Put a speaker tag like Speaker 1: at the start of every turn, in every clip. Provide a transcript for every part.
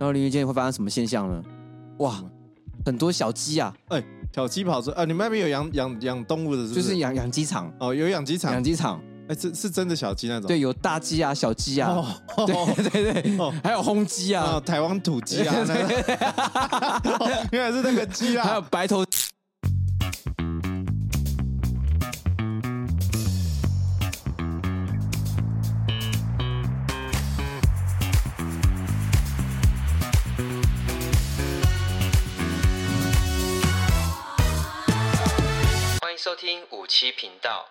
Speaker 1: 后淋浴间会发生什么现象呢？哇，很多小鸡啊，
Speaker 2: 哎小鸡跑出啊！你们那边有养养养动物的是不？
Speaker 1: 就是是养养鸡场，
Speaker 2: 哦，有养鸡场
Speaker 1: 养，鸡场，
Speaker 2: 哎，是是真的小鸡那种。
Speaker 1: 对，有大鸡啊，小鸡啊，
Speaker 2: 哦，哦，
Speaker 1: 对对对，
Speaker 2: 哦
Speaker 1: 还有轰鸡啊
Speaker 2: 哦，，台湾土 鸡啊，那个哦原来是那个鸡
Speaker 1: 还有
Speaker 2: 啊。
Speaker 1: 白头。
Speaker 3: 欢迎收听五七频道。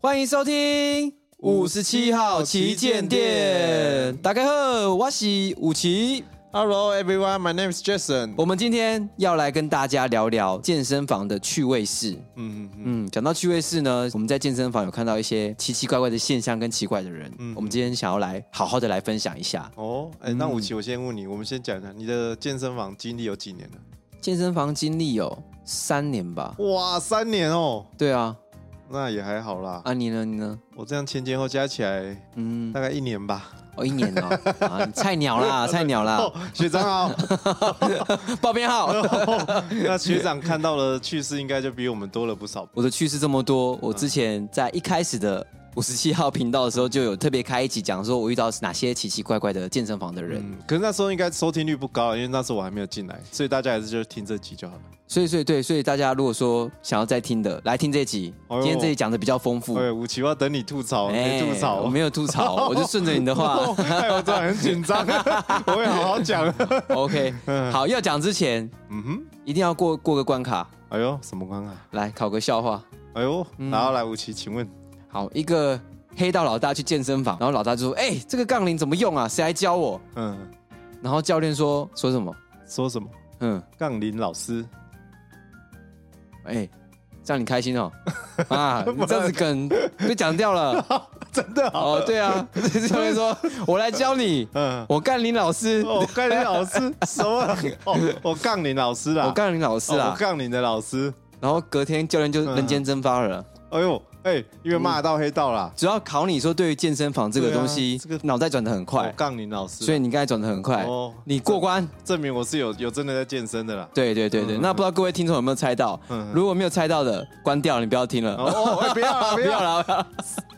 Speaker 1: 欢迎收听五十七号旗舰店，大家好，我是武奇。
Speaker 2: Hello everyone, my name is Jason。
Speaker 1: 我们今天要来跟大家聊聊健身房的趣味事。
Speaker 2: 嗯嗯
Speaker 1: 嗯，讲到趣味事呢，我们在健身房有看到一些奇奇怪怪的现象跟奇怪的人，
Speaker 2: 嗯
Speaker 1: 我们今天想要来好好的来分享一下
Speaker 2: 哦，哎，那武奇，我先问你，我们先讲一下你的健身房经历有几年了？
Speaker 1: 健身房经历有三年吧？
Speaker 2: 哇，三年哦，
Speaker 1: 对啊，
Speaker 2: 那也还好啦。
Speaker 1: 啊你呢？你呢？
Speaker 2: 我这样前前后加起来
Speaker 1: 嗯，
Speaker 2: 大概一年吧。
Speaker 1: 哦一年哦， 啊你菜鸟啦，菜鸟啦，
Speaker 2: 哦，学长好。 哦
Speaker 1: 报编号。
Speaker 2: 那学长看到了趣事，应该就比我们多了不少 吧。
Speaker 1: 我的趣事这么多，我之前在一开始的五十七号频道的时候，就有特别开一集讲说我遇到哪些奇奇怪怪的健身房的人，
Speaker 2: 嗯，可是那时候应该收听率不高，因为那时候我还没有进来，所以大家还是就听这集就好了。
Speaker 1: 所以所以对，所以大家如果说想要再听的，来听这一集，
Speaker 2: 哎呦
Speaker 1: 今天这一集讲的比较丰富。哎
Speaker 2: 哎，吴奇，我要等你吐槽，没吐槽，
Speaker 1: 嗯我没有吐 槽，我就顺着你的话。
Speaker 2: 哦害我突然很紧 张，我会好好讲。
Speaker 1: OK，好，要讲之前
Speaker 2: 嗯哼，
Speaker 1: 一定要过过个关卡，
Speaker 2: 哎呦，什么关啊？
Speaker 1: 来考个笑话。
Speaker 2: 哎呦，
Speaker 1: 嗯
Speaker 2: 然后来吴奇，请问，
Speaker 1: 好，一个黑道老大去健身房，然后老大就说：“哎、这个杠铃怎么用啊？谁来教我
Speaker 2: 嗯，？”
Speaker 1: 然后教练说：“说什么？
Speaker 2: 说什么？
Speaker 1: 嗯，
Speaker 2: 杠铃老师，
Speaker 1: 哎、这样你开心哦？ 啊，你这样子梗被讲掉了。
Speaker 2: 真的好，
Speaker 1: 哦，对啊， 教练说：我来教你，
Speaker 2: 嗯，
Speaker 1: 我干林老师，
Speaker 2: 我杠铃老师什么？哦，我杠铃老师啦，
Speaker 1: 我干林老师
Speaker 2: 哦
Speaker 1: 啊
Speaker 2: 我。杠铃的老师。
Speaker 1: 然后隔天教练就人间蒸发了。”
Speaker 2: 哎呦，哎，因为骂到黑道啦，
Speaker 1: 主要考你说对于健身房这个东西，
Speaker 2: 对啊这个
Speaker 1: 脑袋转得很快
Speaker 2: 我，哦杠铃老师，
Speaker 1: 嗯所以你刚才转得很快，
Speaker 2: 啊哦
Speaker 1: 你过关。
Speaker 2: 证明我是有有真的在健身的啦。
Speaker 1: 对对对对，
Speaker 2: 嗯
Speaker 1: 那不知道各位听众有没有猜到？
Speaker 2: 嗯
Speaker 1: 如果没有猜到的，关掉，你不要听了。
Speaker 2: 哦，哎不要啦，
Speaker 1: 不
Speaker 2: 不
Speaker 1: 要
Speaker 2: 要啦，
Speaker 1: 啦，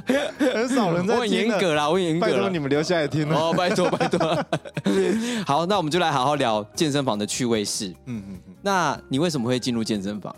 Speaker 1: 不要啦
Speaker 2: 很少人
Speaker 1: 我
Speaker 2: 在
Speaker 1: 很
Speaker 2: 听
Speaker 1: 严
Speaker 2: 的，
Speaker 1: 格啦，我很严格
Speaker 2: 拜托
Speaker 1: 啦
Speaker 2: 你。们留下来听了。
Speaker 1: 哦，拜托拜托。 好，那我们就来好好聊健身房的趣味事。
Speaker 2: 嗯嗯嗯，
Speaker 1: 那你为什么会进入健身房？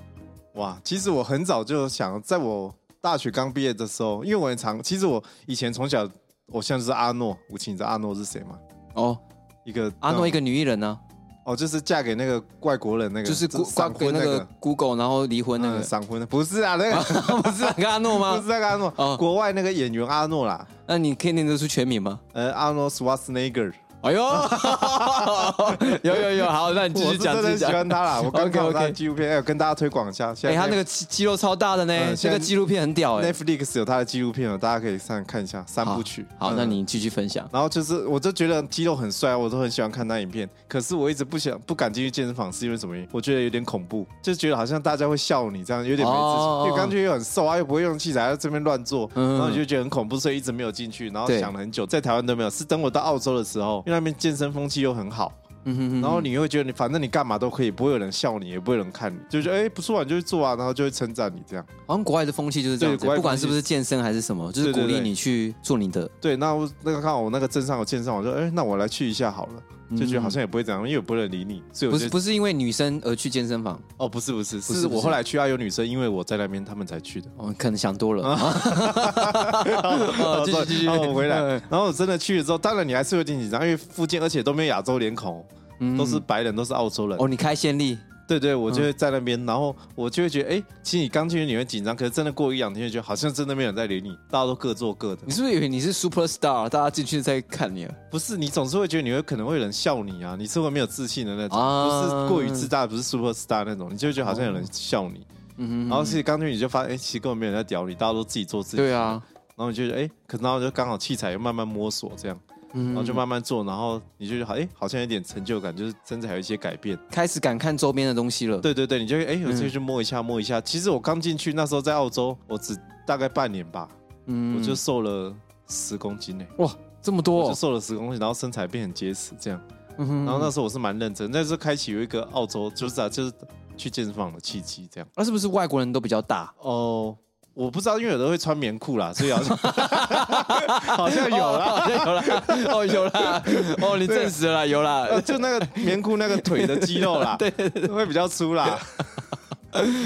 Speaker 2: 哇，其实我很早就想，在我大学刚毕业的时候，因为我很常，其实我以前从小偶像就是阿诺，吴奇，你知道阿诺是谁吗？
Speaker 1: 哦，
Speaker 2: 一个
Speaker 1: 阿诺一
Speaker 2: 个
Speaker 1: 个女艺人呢，
Speaker 2: 哦，就是嫁给那个外国人那个，
Speaker 1: 就是
Speaker 2: 闪
Speaker 1: Gu- 挂
Speaker 2: 闪
Speaker 1: 给
Speaker 2: 婚
Speaker 1: 那
Speaker 2: 那
Speaker 1: 个
Speaker 2: 个，
Speaker 1: Google，然后离婚那
Speaker 2: 嗯，
Speaker 1: 个，
Speaker 2: 闪婚的不是啊，那个
Speaker 1: 不是那个阿诺
Speaker 2: 不
Speaker 1: 吗
Speaker 2: 是？那个 阿
Speaker 1: 哦
Speaker 2: 诺，国外那个演员阿诺啦，
Speaker 1: 那你可以念得出全名吗？
Speaker 2: 呃，阿诺 Schwarzenegger。
Speaker 1: 哎呦， 有有有，好，那你继
Speaker 2: 我
Speaker 1: 续
Speaker 2: 是
Speaker 1: 讲，
Speaker 2: 真
Speaker 1: 继
Speaker 2: 的
Speaker 1: 续讲。哦
Speaker 2: 很喜欢他啦，我刚看
Speaker 1: OK，OK
Speaker 2: 了他的纪 录片，哎，跟大家推广一下。
Speaker 1: 哎、
Speaker 2: 现在
Speaker 1: 他那个肌肌肉超大的呢，
Speaker 2: 嗯
Speaker 1: 那
Speaker 2: 现在
Speaker 1: 个纪录片很屌哎、
Speaker 2: Netflix 有他的纪录片哦，大家可以上看一下三部曲。
Speaker 1: 好，
Speaker 2: 嗯
Speaker 1: 那你继续分享。
Speaker 2: 然后就是，我就觉得肌肉很帅，我都很喜欢看那影片。可是我一直不想、不敢进去健身房，是因为什么原因？我觉得有点恐怖，就觉得好像大家会笑你，这样有点没自信。
Speaker 1: 哦
Speaker 2: 因为刚去又很瘦啊，又不会用器材，在这边乱做，
Speaker 1: 嗯
Speaker 2: 然后你就觉得很恐怖，所以一直没有进去。然后
Speaker 1: 对
Speaker 2: 想了很久，在台湾都没有。是等我到澳洲的时候，因为那边健身风气又很好，
Speaker 1: 嗯哼哼，
Speaker 2: 然后你会觉得你反正你干嘛都可以，不会有人笑你，也不会有人看你，就觉得哎、不错啊，你就去做啊，然后就会称赞你这样。
Speaker 1: 好像国外的风气就是这样子，
Speaker 2: 对国外
Speaker 1: 不管是
Speaker 2: 风气
Speaker 1: 不是健身还是什么，就是
Speaker 2: 对
Speaker 1: 鼓
Speaker 2: 对
Speaker 1: 励
Speaker 2: 对
Speaker 1: 你去做你的。
Speaker 2: 对，那我那个刚好我那个镇上有健身房，我说哎、那我来去一下好了，就觉得好像也不会怎样，因为也不会有人理你，所以
Speaker 1: 嗯不
Speaker 2: 我就是
Speaker 1: 不是因为女生而去健身房，
Speaker 2: 哦，不是不是，
Speaker 1: 不是
Speaker 2: 是
Speaker 1: 不
Speaker 2: 我
Speaker 1: 是
Speaker 2: 后来去啊，有女生因为我在那边，他们才去的。
Speaker 1: 哦，可能想多了。
Speaker 2: 啊
Speaker 1: 哦继续继续
Speaker 2: 然后我回来
Speaker 1: 嗯，
Speaker 2: 然后我真的去了之后，当然你还是有点紧张，因为附近而且都没有亚洲脸孔，都是白人，都是澳洲人。
Speaker 1: 嗯哦，你嗯开先例，
Speaker 2: 对对，我就会在那边，然后我就会觉得，哎，其实你刚进去你会紧张，可是真的过一两天，就觉得好像真的没有人在理你，大家都各做各的。
Speaker 1: 你是不是以为你是 super star，大家进去再看你了？
Speaker 2: 不是，你总是会觉得你会可能会有人笑你啊，你是会没有自信的那种，
Speaker 1: 啊
Speaker 2: 不是过于自大，不是 super star 那种，你就会觉得好像有人笑你。
Speaker 1: 嗯哼，
Speaker 2: 然后其实刚进去你就发现，哎，其实根本没有人在屌你，大家都自己做自己。
Speaker 1: 对啊，
Speaker 2: 然后你就觉得哎、可然后就刚好器材又慢慢摸索这样，
Speaker 1: 嗯
Speaker 2: 然哦后就慢慢做，然后你就觉得好哎、好像有点成就感，就是真的还有一些改变。
Speaker 1: 开始敢看周边的东西了。
Speaker 2: 对对对，你就会哎，有时候去摸一下摸一下。其实我刚进去那时候在澳洲，我只大概半年吧，
Speaker 1: 嗯
Speaker 2: 我就瘦了十公斤呢、
Speaker 1: 哇这么
Speaker 2: 我
Speaker 1: 多
Speaker 2: 就
Speaker 1: 哦，嗯
Speaker 2: 瘦了十公斤，然后身材变很结实这样。然后那时候我是蛮认真，但是开启有一个澳洲，就是啊，就是去健身房的契机这样。
Speaker 1: 啊那、是不是外国人都比较大？
Speaker 2: 哦，我不知道，因为有的会穿棉裤啦，所以 好像好像 有啦。
Speaker 1: 好像有啦，哦 有 啦，哦你证实了啦，有啦，
Speaker 2: 呃就那个棉裤那个腿的肌肉 啦，对会比较粗啦。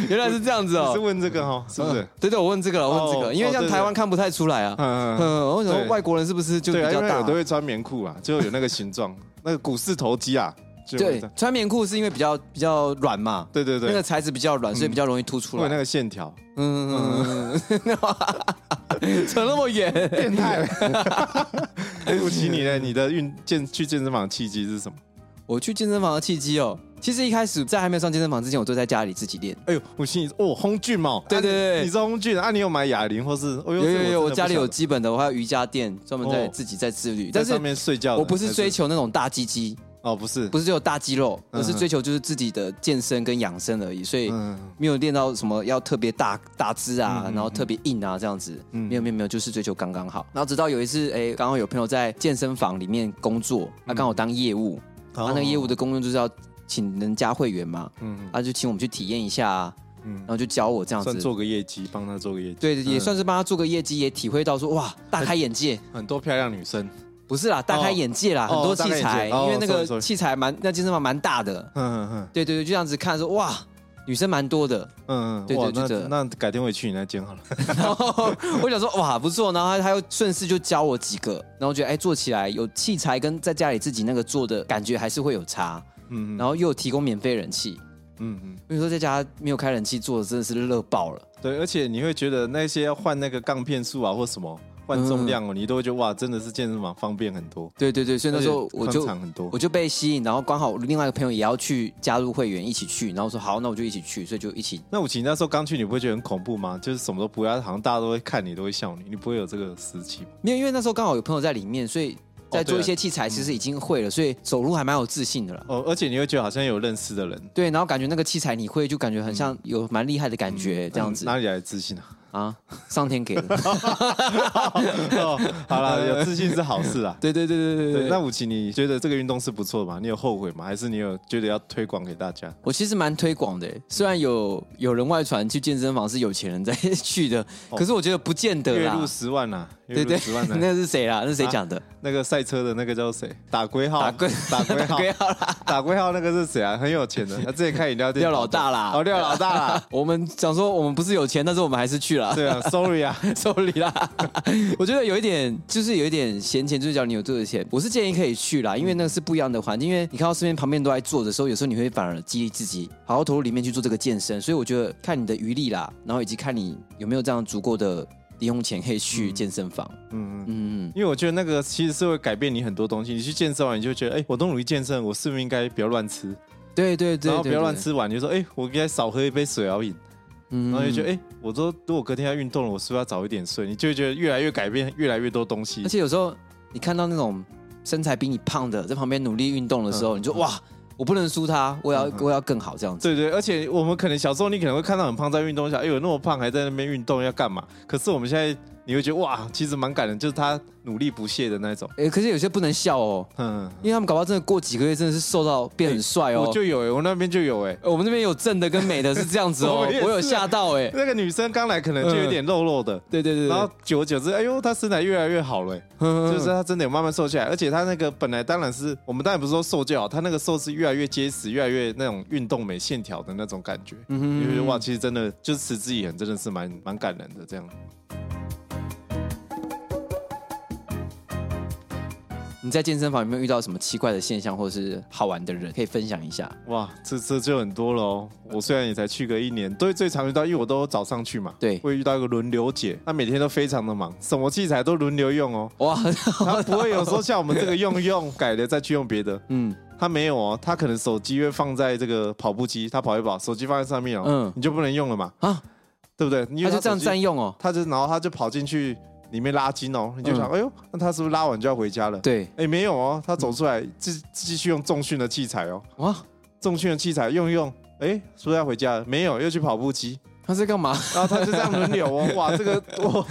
Speaker 1: 原来是这样子
Speaker 2: 你是
Speaker 1: 哦。
Speaker 2: 问这个哈，是不是？
Speaker 1: 对对，我问这个了，我问这
Speaker 2: 哦
Speaker 1: 个，因为
Speaker 2: 哦
Speaker 1: 像
Speaker 2: 对对
Speaker 1: 台湾看不太出来啊。
Speaker 2: 嗯嗯嗯，
Speaker 1: 嗯，我想说
Speaker 2: 对
Speaker 1: 外国人是不是就比
Speaker 2: 对啊，
Speaker 1: 较
Speaker 2: 因为
Speaker 1: 大
Speaker 2: 有？的会穿棉裤啦，就有那个形状，那个股四头肌啊，就有
Speaker 1: 对
Speaker 2: 这样，
Speaker 1: 穿棉裤是因为比较比较软嘛，
Speaker 2: 对对
Speaker 1: 那个
Speaker 2: 对，
Speaker 1: 材质比较软，所以比较容易凸出
Speaker 2: 会有那
Speaker 1: 来。
Speaker 2: 个线条，
Speaker 1: 嗯， 扯那么远，
Speaker 2: 变态。不奇你呢？你的运健去健身房的契机是什么？
Speaker 1: 我去健身房的契机哦。其实一开始在还没有上健身房之前，我都在家里自己练。
Speaker 2: 哎呦，我心里哦，红俊嘛，
Speaker 1: 对对
Speaker 2: 啊
Speaker 1: 对
Speaker 2: 你你知道红俊啊？你有买哑铃或是？哦呦
Speaker 1: 有有有，我家里有
Speaker 2: 在
Speaker 1: 基本的，我还有瑜伽垫，专门在
Speaker 2: 哦
Speaker 1: 自己在自律。但是
Speaker 2: 上面睡觉的，
Speaker 1: 我不是追
Speaker 2: 还
Speaker 1: 求那种大鸡鸡，
Speaker 2: 哦，不是
Speaker 1: 不是只有大肌肉，
Speaker 2: 嗯
Speaker 1: 我是追求就是自己的健身跟养生而已，所以
Speaker 2: 嗯
Speaker 1: 没有练到什么要特别大大只啊，
Speaker 2: 嗯嗯
Speaker 1: 然后特别硬啊这样子，
Speaker 2: 嗯
Speaker 1: 没有没有没有，就是追求刚刚好。然后直到有一次，哎，刚好有朋友在健身房里面工作，
Speaker 2: 嗯
Speaker 1: 他刚好当业务，他那个业务的工作就是要请人家会员嘛，啊
Speaker 2: 哦嗯
Speaker 1: 他就请我们去体验一下啊，
Speaker 2: 嗯
Speaker 1: 然，后就教我这样
Speaker 2: 算
Speaker 1: 子。
Speaker 2: 做个业绩，帮他做个业绩，
Speaker 1: 对，也
Speaker 2: 嗯
Speaker 1: 算是帮他做个业绩，也体会到说哇，大开眼界。
Speaker 2: 很多漂亮女生，
Speaker 1: 不是啦，大开眼界啦，
Speaker 2: 哦
Speaker 1: 很多器材，
Speaker 2: 大开眼界哦
Speaker 1: 因为那
Speaker 2: sorry,
Speaker 1: 个
Speaker 2: sorry
Speaker 1: 器材蛮，那健身房蛮大的，
Speaker 2: 嗯嗯
Speaker 1: 对对对，就这样子看说哇，女生蛮多的，
Speaker 2: 嗯嗯，
Speaker 1: 对
Speaker 2: 哇，
Speaker 1: 对就这
Speaker 2: 那那改天我也去你那间好了。
Speaker 1: 然后我想说哇不错，然后他他又顺势就教我几个，然后觉得哎做起来有器材跟在家里自己那个做的感觉还是会有差，
Speaker 2: 嗯
Speaker 1: 然后又有提供免费冷气，
Speaker 2: 嗯嗯，
Speaker 1: 比如说在家没有开冷气做的真的是热爆了，
Speaker 2: 对，而且你会觉得那些要换那个杠片数啊，或什么换重量哦，你都会觉得哇，真的是健身房方便很多。
Speaker 1: 对对对，所以那时候
Speaker 2: 而且
Speaker 1: 我
Speaker 2: 宽
Speaker 1: 就
Speaker 2: 敞很多
Speaker 1: 我，就被吸引，然后刚好另外一个朋友也要去加入会员一起去，然后说好那我就一起去，所以就一起
Speaker 2: 那武奇，你那时候刚去，你不会觉得很恐怖吗？就是什么都不要，好像大家都会看你，都会笑你，你不会有这个时期吗？
Speaker 1: 没有，因为那时候刚好有朋友在里面，所以在做一些器材，其实已经会了，所以走路还蛮有自信的了。
Speaker 2: 哦，而且你会觉得好像有认识的人，
Speaker 1: 对，然后感觉那个器材你会，就感觉很像有蛮厉害的感觉，这样子
Speaker 2: 嗯哪里来的自信啊？
Speaker 1: 啊，上天给的。
Speaker 2: 哦，好 了，有自信是好事啊。
Speaker 1: 对对对对
Speaker 2: 对，那武奇，你觉得这个运动是不错的吗？你有后悔吗？还是你有觉得要推广给大家？
Speaker 1: 我其实蛮推广的，欸虽然有有人外传去健身房是有钱人在去的，可是我觉得不见得
Speaker 2: 哦月
Speaker 1: 啦
Speaker 2: 入。十万呐、啊，月
Speaker 1: 对
Speaker 2: 入
Speaker 1: 对
Speaker 2: 十万，呐、
Speaker 1: 那是谁啦？那是谁讲的？
Speaker 2: 那个赛车的那个叫谁？打龟号，啊
Speaker 1: 打龟
Speaker 2: 打 龟号，
Speaker 1: 归好啦，
Speaker 2: 打龟号那个是谁啊？很有钱的，他之前开饮料店，
Speaker 1: 廖老大啦，
Speaker 2: 哦，廖老大啦
Speaker 1: 我们讲说我们不是有钱，但是我们还是去了。
Speaker 2: 对啊，sorry 啊，
Speaker 1: 收礼啦。我觉得有一点就是有一点闲钱，就是讲你有这个钱，我是建议可以去啦，因为那个是不一样的环境。因为你看到身边旁边都在做的时候，有时候你会反而激励自己，好好投入里面去做这个健身。所以我觉得看你的余力啦，然后以及看你有没有这样足够的零用钱可以去健身房。
Speaker 2: 嗯。嗯
Speaker 1: 嗯，
Speaker 2: 因为我觉得那个其实是会改变你很多东西。你去健身完，你就觉得，哎、我都努力健身，我是不是应该不要乱吃？
Speaker 1: 对对对，
Speaker 2: 然后不
Speaker 1: 对
Speaker 2: 要乱，吃完，你就说，哎、我应该少喝一杯水而已。
Speaker 1: 嗯
Speaker 2: 然后就觉得，哎、我都如果隔天要运动了，我是不是要早一点睡？你就会觉得越来越改变，越来越多东西
Speaker 1: 而。且有时候你看到那种身材比你胖的在旁边努力运动的时
Speaker 2: 嗯
Speaker 1: 候，你就哇，我不能输他，我要、我要更好这样子。
Speaker 2: 对对，而且我们可能小时候你可能会看到很胖在运动，想哎呦那么胖还在那边运动要干嘛？可是我们现在你会觉得哇，其实蛮感人，就是他努力不懈的那种。
Speaker 1: 哎、可是有些不能笑哦，
Speaker 2: 嗯，
Speaker 1: 因为他们搞不好真的过几个月真的是瘦到变很帅哦。
Speaker 2: 我就有哎、我那边就有哎、
Speaker 1: 呃我们这边有正的跟美的是这样子哦，我
Speaker 2: 我们也是啊
Speaker 1: 有吓到哎、
Speaker 2: 那个女生刚来可能就有点肉肉的，
Speaker 1: 对对对对，
Speaker 2: 然后久而久之，哎呦她身材越来越好了、哎
Speaker 1: 就
Speaker 2: 就是她真的有慢慢瘦下来，而且她那个本来当然是我们当然不是说瘦就好，她那个瘦是越来越结实，越来越那种运动美线条的那种感觉，嗯，就觉得哇，其实真的就是持之以恒，真的是蛮蛮感人的这样。
Speaker 1: 你在健身房有没有遇到什么奇怪的现象或者是好玩的人，可以分享一下？
Speaker 2: 哇，这这就很多了哦。我虽然也才去个一年，对最常遇到，因为我都早上去嘛，
Speaker 1: 对
Speaker 2: 会遇到一个轮流姐，她每天都非常的忙，什么器材都轮流用哦，
Speaker 1: 哇，
Speaker 2: 她不会有说像我们这个用一用改了再去用别的，
Speaker 1: 嗯，
Speaker 2: 她没有哦，她可能手机会放在这个跑步机，她跑一跑，手机放在上面哦，
Speaker 1: 嗯
Speaker 2: 你就不能用了嘛，
Speaker 1: 啊
Speaker 2: 啊，对不对？因
Speaker 1: 他
Speaker 2: 为她
Speaker 1: 就这样
Speaker 2: 手机
Speaker 1: 占，用哦，
Speaker 2: 她就然后她就跑进去里面拉筋哦，你就想，哎呦，那她是不是拉完就要回家了？，
Speaker 1: 嗯对，
Speaker 2: 哎没有哦，她走出来继继续用重训的器材哦。
Speaker 1: 哇，
Speaker 2: 重训的器材用一用，哎、是不是要回家了？没有，又去跑步机，
Speaker 1: 他在干嘛？
Speaker 2: 然后他就这样轮流哦，哇，这个我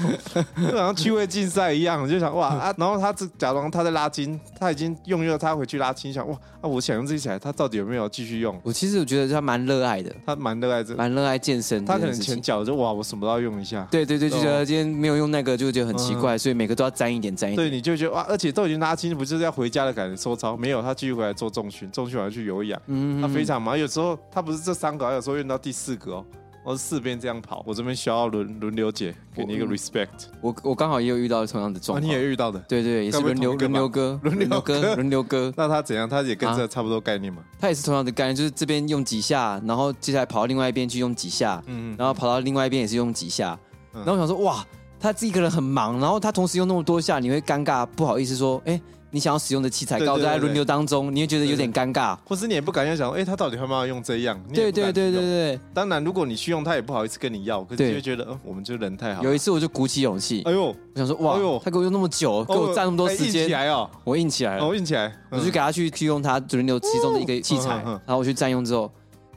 Speaker 2: 就好像趣味竞赛一样，我就 想哇啊，然后他只假装他在拉筋，他已经用用他回去拉筋，想哇啊，我想用这起来，他到底有没有继续用？
Speaker 1: 我其实我觉得他蛮热爱的，
Speaker 2: 他蛮热爱这，
Speaker 1: 蛮热爱健身
Speaker 2: 他
Speaker 1: 这
Speaker 2: 可
Speaker 1: 件
Speaker 2: 能
Speaker 1: 事
Speaker 2: 前
Speaker 1: 情。
Speaker 2: 脚就哇，我什么都要用一下，
Speaker 1: 对对对，就觉得今天没有用那个，就觉得很奇
Speaker 2: 嗯
Speaker 1: 怪，所以每个都要沾一点，沾一点。
Speaker 2: 对，你就觉得哇，而且都已经拉筋，不就是要回家的感觉收操？没有，他继续回来做重训，重训完去有氧，
Speaker 1: 嗯
Speaker 2: 他非常忙。有时候他不是这三个，还有时候用到第四个哦，我是四边这样跑。我这边需要轮轮流姐给你一个
Speaker 1: 嗯
Speaker 2: respect，
Speaker 1: 我我刚好也有遇到同样的
Speaker 2: 啊，
Speaker 1: 状
Speaker 2: 你
Speaker 1: 况，
Speaker 2: 也遇到的。
Speaker 1: 对对，也是
Speaker 2: 该不会
Speaker 1: 轮流
Speaker 2: 同
Speaker 1: 轮
Speaker 2: 一个
Speaker 1: 流哥，
Speaker 2: 轮流哥
Speaker 1: 哥，轮流哥，
Speaker 2: 那他怎样？他也跟
Speaker 1: 啊
Speaker 2: 这差不多概念嘛？
Speaker 1: 他也是同样的概念，就是这边用几下，然后接下来跑到另外一边去用几下，
Speaker 2: 嗯，
Speaker 1: 然后跑到另外一边也是用几下，然
Speaker 2: 嗯
Speaker 1: 后我想说哇，他自己一个人很忙，然后他同时用那么多下，你会尴尬不好意思说，哎，你想要使用的器材
Speaker 2: 对
Speaker 1: 刚好
Speaker 2: 对
Speaker 1: 在
Speaker 2: 对对
Speaker 1: 轮流当中，你会觉得有点尴尬。
Speaker 2: 或是你也不敢要想，哎、他到底会不会用这样？你
Speaker 1: 对
Speaker 2: 也不
Speaker 1: 对
Speaker 2: 敢
Speaker 1: 对对
Speaker 2: 去用。
Speaker 1: 对，
Speaker 2: 当然，如果你去用，他也不好意思跟你要，可是
Speaker 1: 对
Speaker 2: 你就会觉得，呃，我们就人太好了。
Speaker 1: 有一次我就鼓起勇气，
Speaker 2: 哎呦，
Speaker 1: 我想说
Speaker 2: 哎呦
Speaker 1: 哇，他给我用那么久，给我占那么多
Speaker 2: 哎
Speaker 1: 时
Speaker 2: 硬起
Speaker 1: 间，
Speaker 2: 来哦，
Speaker 1: 我硬起来了
Speaker 2: 哦，。硬起来，
Speaker 1: 我就给他去去用他轮流其中的一个器材，
Speaker 2: 嗯嗯嗯
Speaker 1: 然后我去占用之后，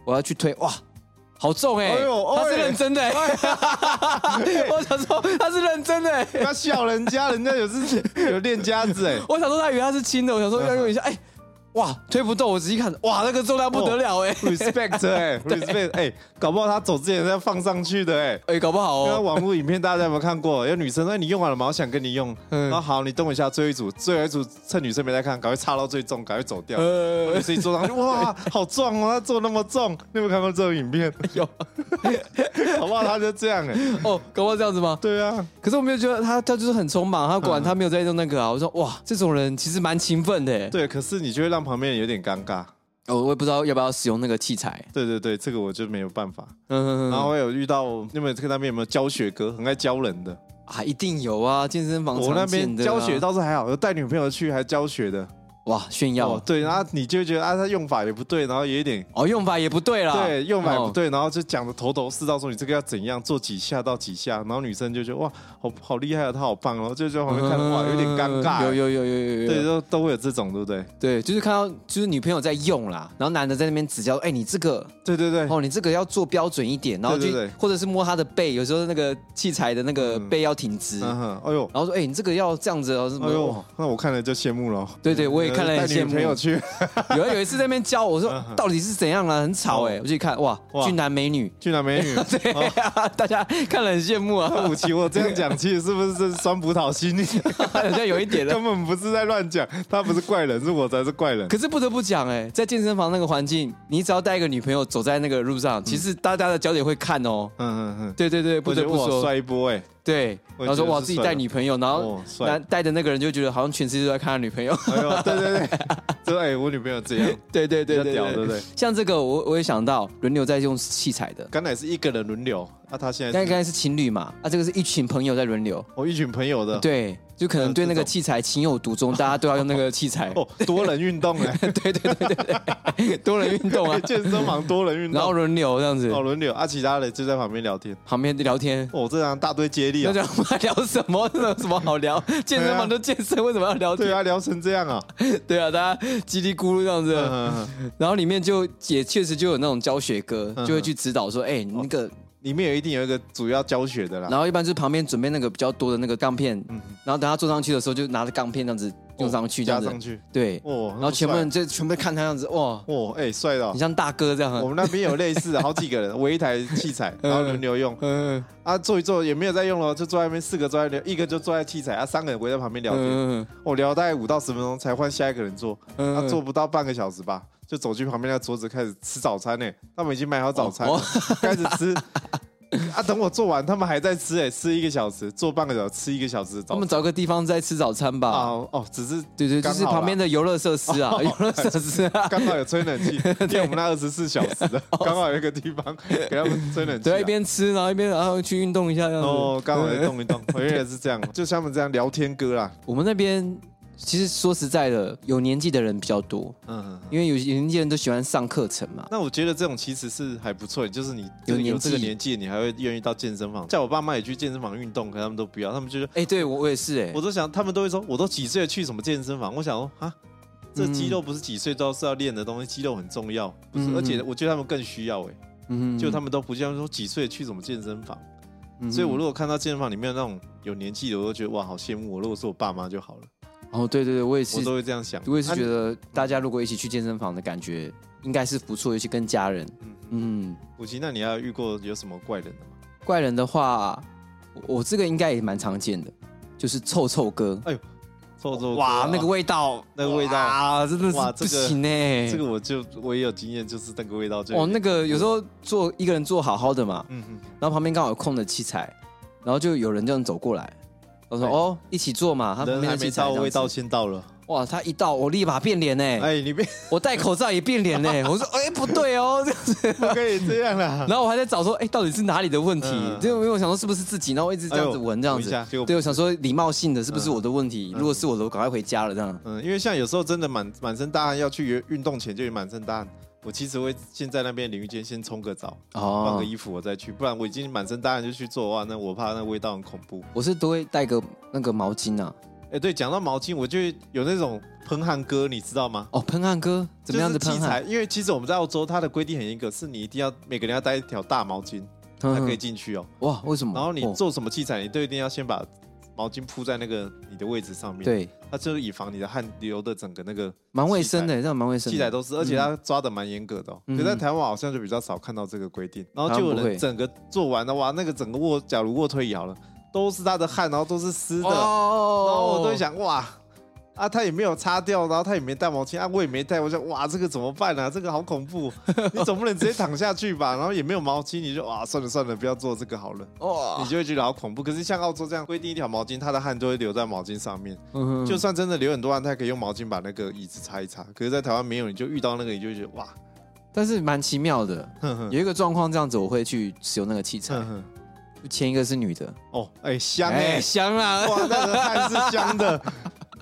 Speaker 1: 我要去推，哇，好重哎、
Speaker 2: 哎呦哎
Speaker 1: 他是认真的、欸，我想说他是认真的、欸，
Speaker 2: 他笑人家，人家有是有练家 子哎、
Speaker 1: 我想说他以为他是轻的，我想说要用
Speaker 2: 嗯
Speaker 1: 一下，哎、哇，推不动，我仔细看，哇，那个重量不得了哎、欸，
Speaker 2: respect 哎、r e s p e c t 哎、搞不好他走之前是要放上去的哎、
Speaker 1: 哎、搞不好
Speaker 2: 那
Speaker 1: 哦，
Speaker 2: 网络影片大家有没有看过？有女生说哎你用完了吗？我想跟你用。
Speaker 1: 嗯
Speaker 2: 然后好，你动一下，最后一组，最后一组趁女生没在看，赶快插到最重，赶快走掉。
Speaker 1: 呃
Speaker 2: 女，生一坐上去，哇，好壮哦！他做那么重，你有没有看过这种影片？
Speaker 1: 有
Speaker 2: 好不好？他就这样哎、
Speaker 1: 哦，搞不好这样子吗？
Speaker 2: 对啊，
Speaker 1: 可是我没有觉得他他就是很匆忙，他果
Speaker 2: 嗯
Speaker 1: 然他没有在用那个啊。我说哇，这种人其实蛮勤奋的、欸，
Speaker 2: 对。可是你就会让旁边人有点尴尬。
Speaker 1: 哦，我也不知道要不要使用那个器材，
Speaker 2: 对对对，这个我就没有办法。
Speaker 1: 嗯，
Speaker 2: 然后我有遇到，你们看那边有没有教学哥，很爱教人的。
Speaker 1: 啊，一定有啊，健身房
Speaker 2: 我那
Speaker 1: 常见
Speaker 2: 边
Speaker 1: 的啊
Speaker 2: 教学倒是还好，有带女朋友去还教学的。
Speaker 1: 哇炫耀
Speaker 2: 哦，对，然后你就会觉得啊，他用法也不对，然后也有一点。
Speaker 1: 哦，用法也不对啦，
Speaker 2: 对，用法也不
Speaker 1: 哦，
Speaker 2: 对，然后就讲的头头是道，说你这个要怎样做几下到几下，然后女生就觉得哇，好好厉害啊，他好棒哦，然后就在旁边看，哇，有点尴尬。欸
Speaker 1: 嗯有有有有有有，
Speaker 2: 对，都都会有这种，对不对？
Speaker 1: 对，就是看到就是女朋友在用啦，然后男的在那边指教，哎，你这个
Speaker 2: 对对对，
Speaker 1: 哦，你这个要做标准一点，然后就
Speaker 2: 对对对
Speaker 1: 或者是摸她的背，有时候那个器材的那个
Speaker 2: 嗯
Speaker 1: 背要挺直，
Speaker 2: 嗯
Speaker 1: 然
Speaker 2: 哼，哎呦，
Speaker 1: 后说哎，你这个要这样子哦，什
Speaker 2: 哎
Speaker 1: 么？
Speaker 2: 呦，那我看了就羡慕了。呃
Speaker 1: 对对，我也看了很
Speaker 2: 带
Speaker 1: 羡
Speaker 2: 女
Speaker 1: 慕
Speaker 2: 朋。友去，
Speaker 1: 有啊有一次在那边教我说
Speaker 2: 嗯嗯
Speaker 1: 到底是怎样啦，很吵哎，我去看哇，
Speaker 2: 哇哦
Speaker 1: 俊男美女，
Speaker 2: 俊男 美女。
Speaker 1: 对啊，大家看了很羡慕啊，
Speaker 2: 武奇，我这样讲，其实是不是这是酸葡萄心？
Speaker 1: 好像有一点啊了。
Speaker 2: 根本不是在乱讲，他不是怪人，是我才是怪人。
Speaker 1: 可是不得不讲，哎，在健身房那个环境，你只要带一个女朋友走在那个路上，其实大家的焦点会看哦。
Speaker 2: 嗯嗯嗯，
Speaker 1: 对对对，不
Speaker 2: 我觉
Speaker 1: 得
Speaker 2: 得
Speaker 1: 不
Speaker 2: 我
Speaker 1: 说，
Speaker 2: 帅一波哎、
Speaker 1: 对，
Speaker 2: 我
Speaker 1: 然后说
Speaker 2: 觉得
Speaker 1: 哇，
Speaker 2: 是
Speaker 1: 自己
Speaker 2: 帅
Speaker 1: 带
Speaker 2: 的
Speaker 1: 女朋友，然后
Speaker 2: 哦帅
Speaker 1: 那带的那个人就觉得好像全世界都在看他女朋友。
Speaker 2: 哎呦，对对对，这哎、我女朋友这样，
Speaker 1: 对对对
Speaker 2: 比较
Speaker 1: 对
Speaker 2: 屌，对不
Speaker 1: 对，
Speaker 2: 对？
Speaker 1: 像这个我我也想到轮流在用器材的，
Speaker 2: 刚才是一个人轮流，啊，他现
Speaker 1: 但
Speaker 2: 在
Speaker 1: 刚才
Speaker 2: 是
Speaker 1: 是情侣嘛，啊，这个是一群朋友在轮流，
Speaker 2: 我、一群朋友的，，
Speaker 1: 对，就可能对那个器材情有独钟，大家都要用那个器材。
Speaker 2: 哦，多人运动哎、，
Speaker 1: 对对对对对，多人运动啊
Speaker 2: 健身房多人运动，
Speaker 1: 然后轮流这样子，
Speaker 2: 哦轮流，啊，其他人就在旁边聊天，
Speaker 1: 旁边聊天，
Speaker 2: 哦，这样大堆接力
Speaker 1: 那
Speaker 2: 啊，
Speaker 1: 这样我们还聊什么？那有什么好聊？健身房都健身，为什么要聊
Speaker 2: 对
Speaker 1: 天？
Speaker 2: 啊，聊成这样 啊，
Speaker 1: 对啊，大家叽里咕噜这样
Speaker 2: 嗯
Speaker 1: 子，
Speaker 2: 嗯嗯
Speaker 1: 然后里面就也确实就有那种教学哥，
Speaker 2: 嗯哦
Speaker 1: 就会去指导说，哎，那个，
Speaker 2: 里面有一定有一个主要教学的啦，
Speaker 1: 然后一般就是旁边准备那个比较多的那个钢片，
Speaker 2: 嗯
Speaker 1: 然后等他坐上去的时候，就拿着钢片这样子用上去，这
Speaker 2: 加
Speaker 1: 样子
Speaker 2: 上，去，
Speaker 1: 对，
Speaker 2: 哦，
Speaker 1: 然后全部人就全部看他这样子，哇，
Speaker 2: 哦，哎、帅的、
Speaker 1: 你
Speaker 2: 哦。
Speaker 1: 像大哥这
Speaker 2: 我
Speaker 1: 样，
Speaker 2: 们那边有类 似的，好几个人，围一台器材，然后轮流用
Speaker 1: 嗯
Speaker 2: 啊，坐一坐也没有在用了，就坐在那边，四个坐在那边，一个就坐在器材啊，三个人围在旁边聊天，
Speaker 1: 嗯
Speaker 2: 我聊大概五到十分钟才换下一个人坐，他、
Speaker 1: 嗯
Speaker 2: 坐不到半个小时吧，就走去旁边那桌子开始吃早餐呢、他们已经买好早餐了，
Speaker 1: 哦
Speaker 2: 开始吃。啊，等我做完，他们还在吃哎、吃一个小时，坐半个小时，吃一个小时的
Speaker 1: 他
Speaker 2: 早
Speaker 1: 们
Speaker 2: 餐。
Speaker 1: 找个地方再吃早餐吧。
Speaker 2: 啊哦，只是
Speaker 1: 对对，就是
Speaker 2: 刚好啦哦
Speaker 1: 旁边的游乐设施啊，游乐设施啊，
Speaker 2: 刚好有吹 冷气，因为我们那二十四小时的，刚好有一个地方给他们吹冷气、啊。
Speaker 1: 哦对，一边嗯吃然后一边然后去运动一下这样子。
Speaker 2: 哦，刚好在 动一动，我原来是这样，就像他们这样聊天歌啊啦。
Speaker 1: 我们那边其实说实在的，有年纪的人比较多，
Speaker 2: 嗯，
Speaker 1: 因为有有年纪人都喜欢上课程嘛。
Speaker 2: 那我觉得这种其实是还不错，就是你
Speaker 1: 有年纪
Speaker 2: 有这个年纪，你还会愿意到健身房。叫我爸妈也去健身房运动，可他们都不要，他们就说，
Speaker 1: 哎、对我我也是哎、
Speaker 2: 我都想，他们都会说，我都几岁了去什么健身房？我想说啊，这肌肉不是几岁都是要练的东西，肌肉很重要，不是？
Speaker 1: 嗯
Speaker 2: 而且我觉得他们更需要哎、
Speaker 1: 嗯
Speaker 2: 就他们都不像说几岁去什么健身房。
Speaker 1: 嗯
Speaker 2: 所以我如果看到健身房里面那种有年纪的，我都觉得哇，好羡慕我。如果是我爸妈就好了，
Speaker 1: 哦，对对对，我也是
Speaker 2: 我，都会这样想。
Speaker 1: 我也是觉
Speaker 2: 啊
Speaker 1: 得大家如果一起去健身房的感觉应该是不错，尤其跟家人。嗯，
Speaker 2: 五七，那你还有遇过有什么怪人的吗？
Speaker 1: 怪人的话，我我这个应该也蛮常见的，就是臭臭哥。
Speaker 2: 臭臭哥
Speaker 1: 哦哇
Speaker 2: 啊，
Speaker 1: 那个味道，
Speaker 2: 那个味道
Speaker 1: 啊，真的是
Speaker 2: 哇
Speaker 1: 不
Speaker 2: 这个
Speaker 1: 行哎。
Speaker 2: 这个我就我也有经验，就是那个味道就
Speaker 1: 哦，那个有时候坐一个人坐好好的嘛，
Speaker 2: 嗯嗯，
Speaker 1: 然后旁边刚好有空的器材，然后就有人这样走过来，我说
Speaker 2: 哎
Speaker 1: 哦，一起坐嘛。他旁
Speaker 2: 人
Speaker 1: 边
Speaker 2: 还
Speaker 1: 的器
Speaker 2: 没
Speaker 1: 材
Speaker 2: 到，
Speaker 1: 这样
Speaker 2: 味道
Speaker 1: 子，
Speaker 2: 先到了。
Speaker 1: 哇，他一到我立马变脸哎，
Speaker 2: 哎，你别
Speaker 1: 我戴口罩也变脸 嘞。我说哎不对哦，这样子
Speaker 2: 不可以这 样啦。
Speaker 1: 然后我还在找说哎到底是哪里的问题，
Speaker 2: 嗯
Speaker 1: 因为我想说是不是自己，然后我一直这样子
Speaker 2: 哎呦
Speaker 1: 闻这样
Speaker 2: 闻一
Speaker 1: 子
Speaker 2: 下结，果
Speaker 1: 对，我想说礼貌性的是不是我的问题？
Speaker 2: 嗯
Speaker 1: 如果是我的，我赶快回家了这样。
Speaker 2: 嗯，因为像有时候真的满满身大汗，要去运动前就已满身大汗。我其实会先在那边淋浴间先冲个澡，换
Speaker 1: 哦
Speaker 2: 个，衣服我再去，不然我已经满身大汗就去做的话，那我怕那味道很恐怖。
Speaker 1: 我是都会带个那个毛巾啊。
Speaker 2: 哎，对，讲到毛巾，我就有那种喷汗哥，你知道吗？
Speaker 1: 哦，喷汗哥怎么样子
Speaker 2: 就是
Speaker 1: 喷
Speaker 2: 器
Speaker 1: 汗
Speaker 2: 材？？因为其实我们在澳洲，它的规定很严格，是你一定要每个人要带一条大毛巾才可以
Speaker 1: 嗯
Speaker 2: 进去哦。
Speaker 1: 哇，为什么？
Speaker 2: 然后你
Speaker 1: 哦
Speaker 2: 做什么器材，你都一定要先把毛巾铺在那个你的位置上面，，
Speaker 1: 对，
Speaker 2: 它就是以防你的汗流的整个那个
Speaker 1: 蛮卫生的，这样蛮卫生的。
Speaker 2: 器材都是，而且它抓的蛮严格的、哦。
Speaker 1: 嗯
Speaker 2: 可在台湾好像就比较少看到这个规定，然后
Speaker 1: 台
Speaker 2: 就
Speaker 1: 湾
Speaker 2: 有
Speaker 1: 不会
Speaker 2: 人整个做完的哇，那个整个卧，假如卧推椅好了，都是他的汗，然后都是湿的，
Speaker 1: 哦
Speaker 2: 然后我都会，想哇。啊，他也没有擦掉，然后他也没带毛巾，啊，我也没带，我想哇，这个怎么办啊？这个好恐怖，你总不能直接躺下去吧？然后也没有毛巾，你就哇，算了算了，不要做这个好了，
Speaker 1: 哇
Speaker 2: 你，就会觉得好恐怖。可是像澳洲这样规定一条毛巾，他的汗都会留在毛巾上面，
Speaker 1: 嗯
Speaker 2: 就算真的流很多汗，他也可以用毛巾把那个椅子擦一擦。可是，在台湾没有，你就遇到那个，你就会觉得哇，
Speaker 1: 但是蛮奇妙的。
Speaker 2: 哼哼
Speaker 1: 有一个状况这样子，我会去使用那个器材
Speaker 2: 哼。哼，
Speaker 1: 前一个是女的，
Speaker 2: 哦，哎、嗯香哎、
Speaker 1: 香啊啦。
Speaker 2: 哇，那个汗是香的。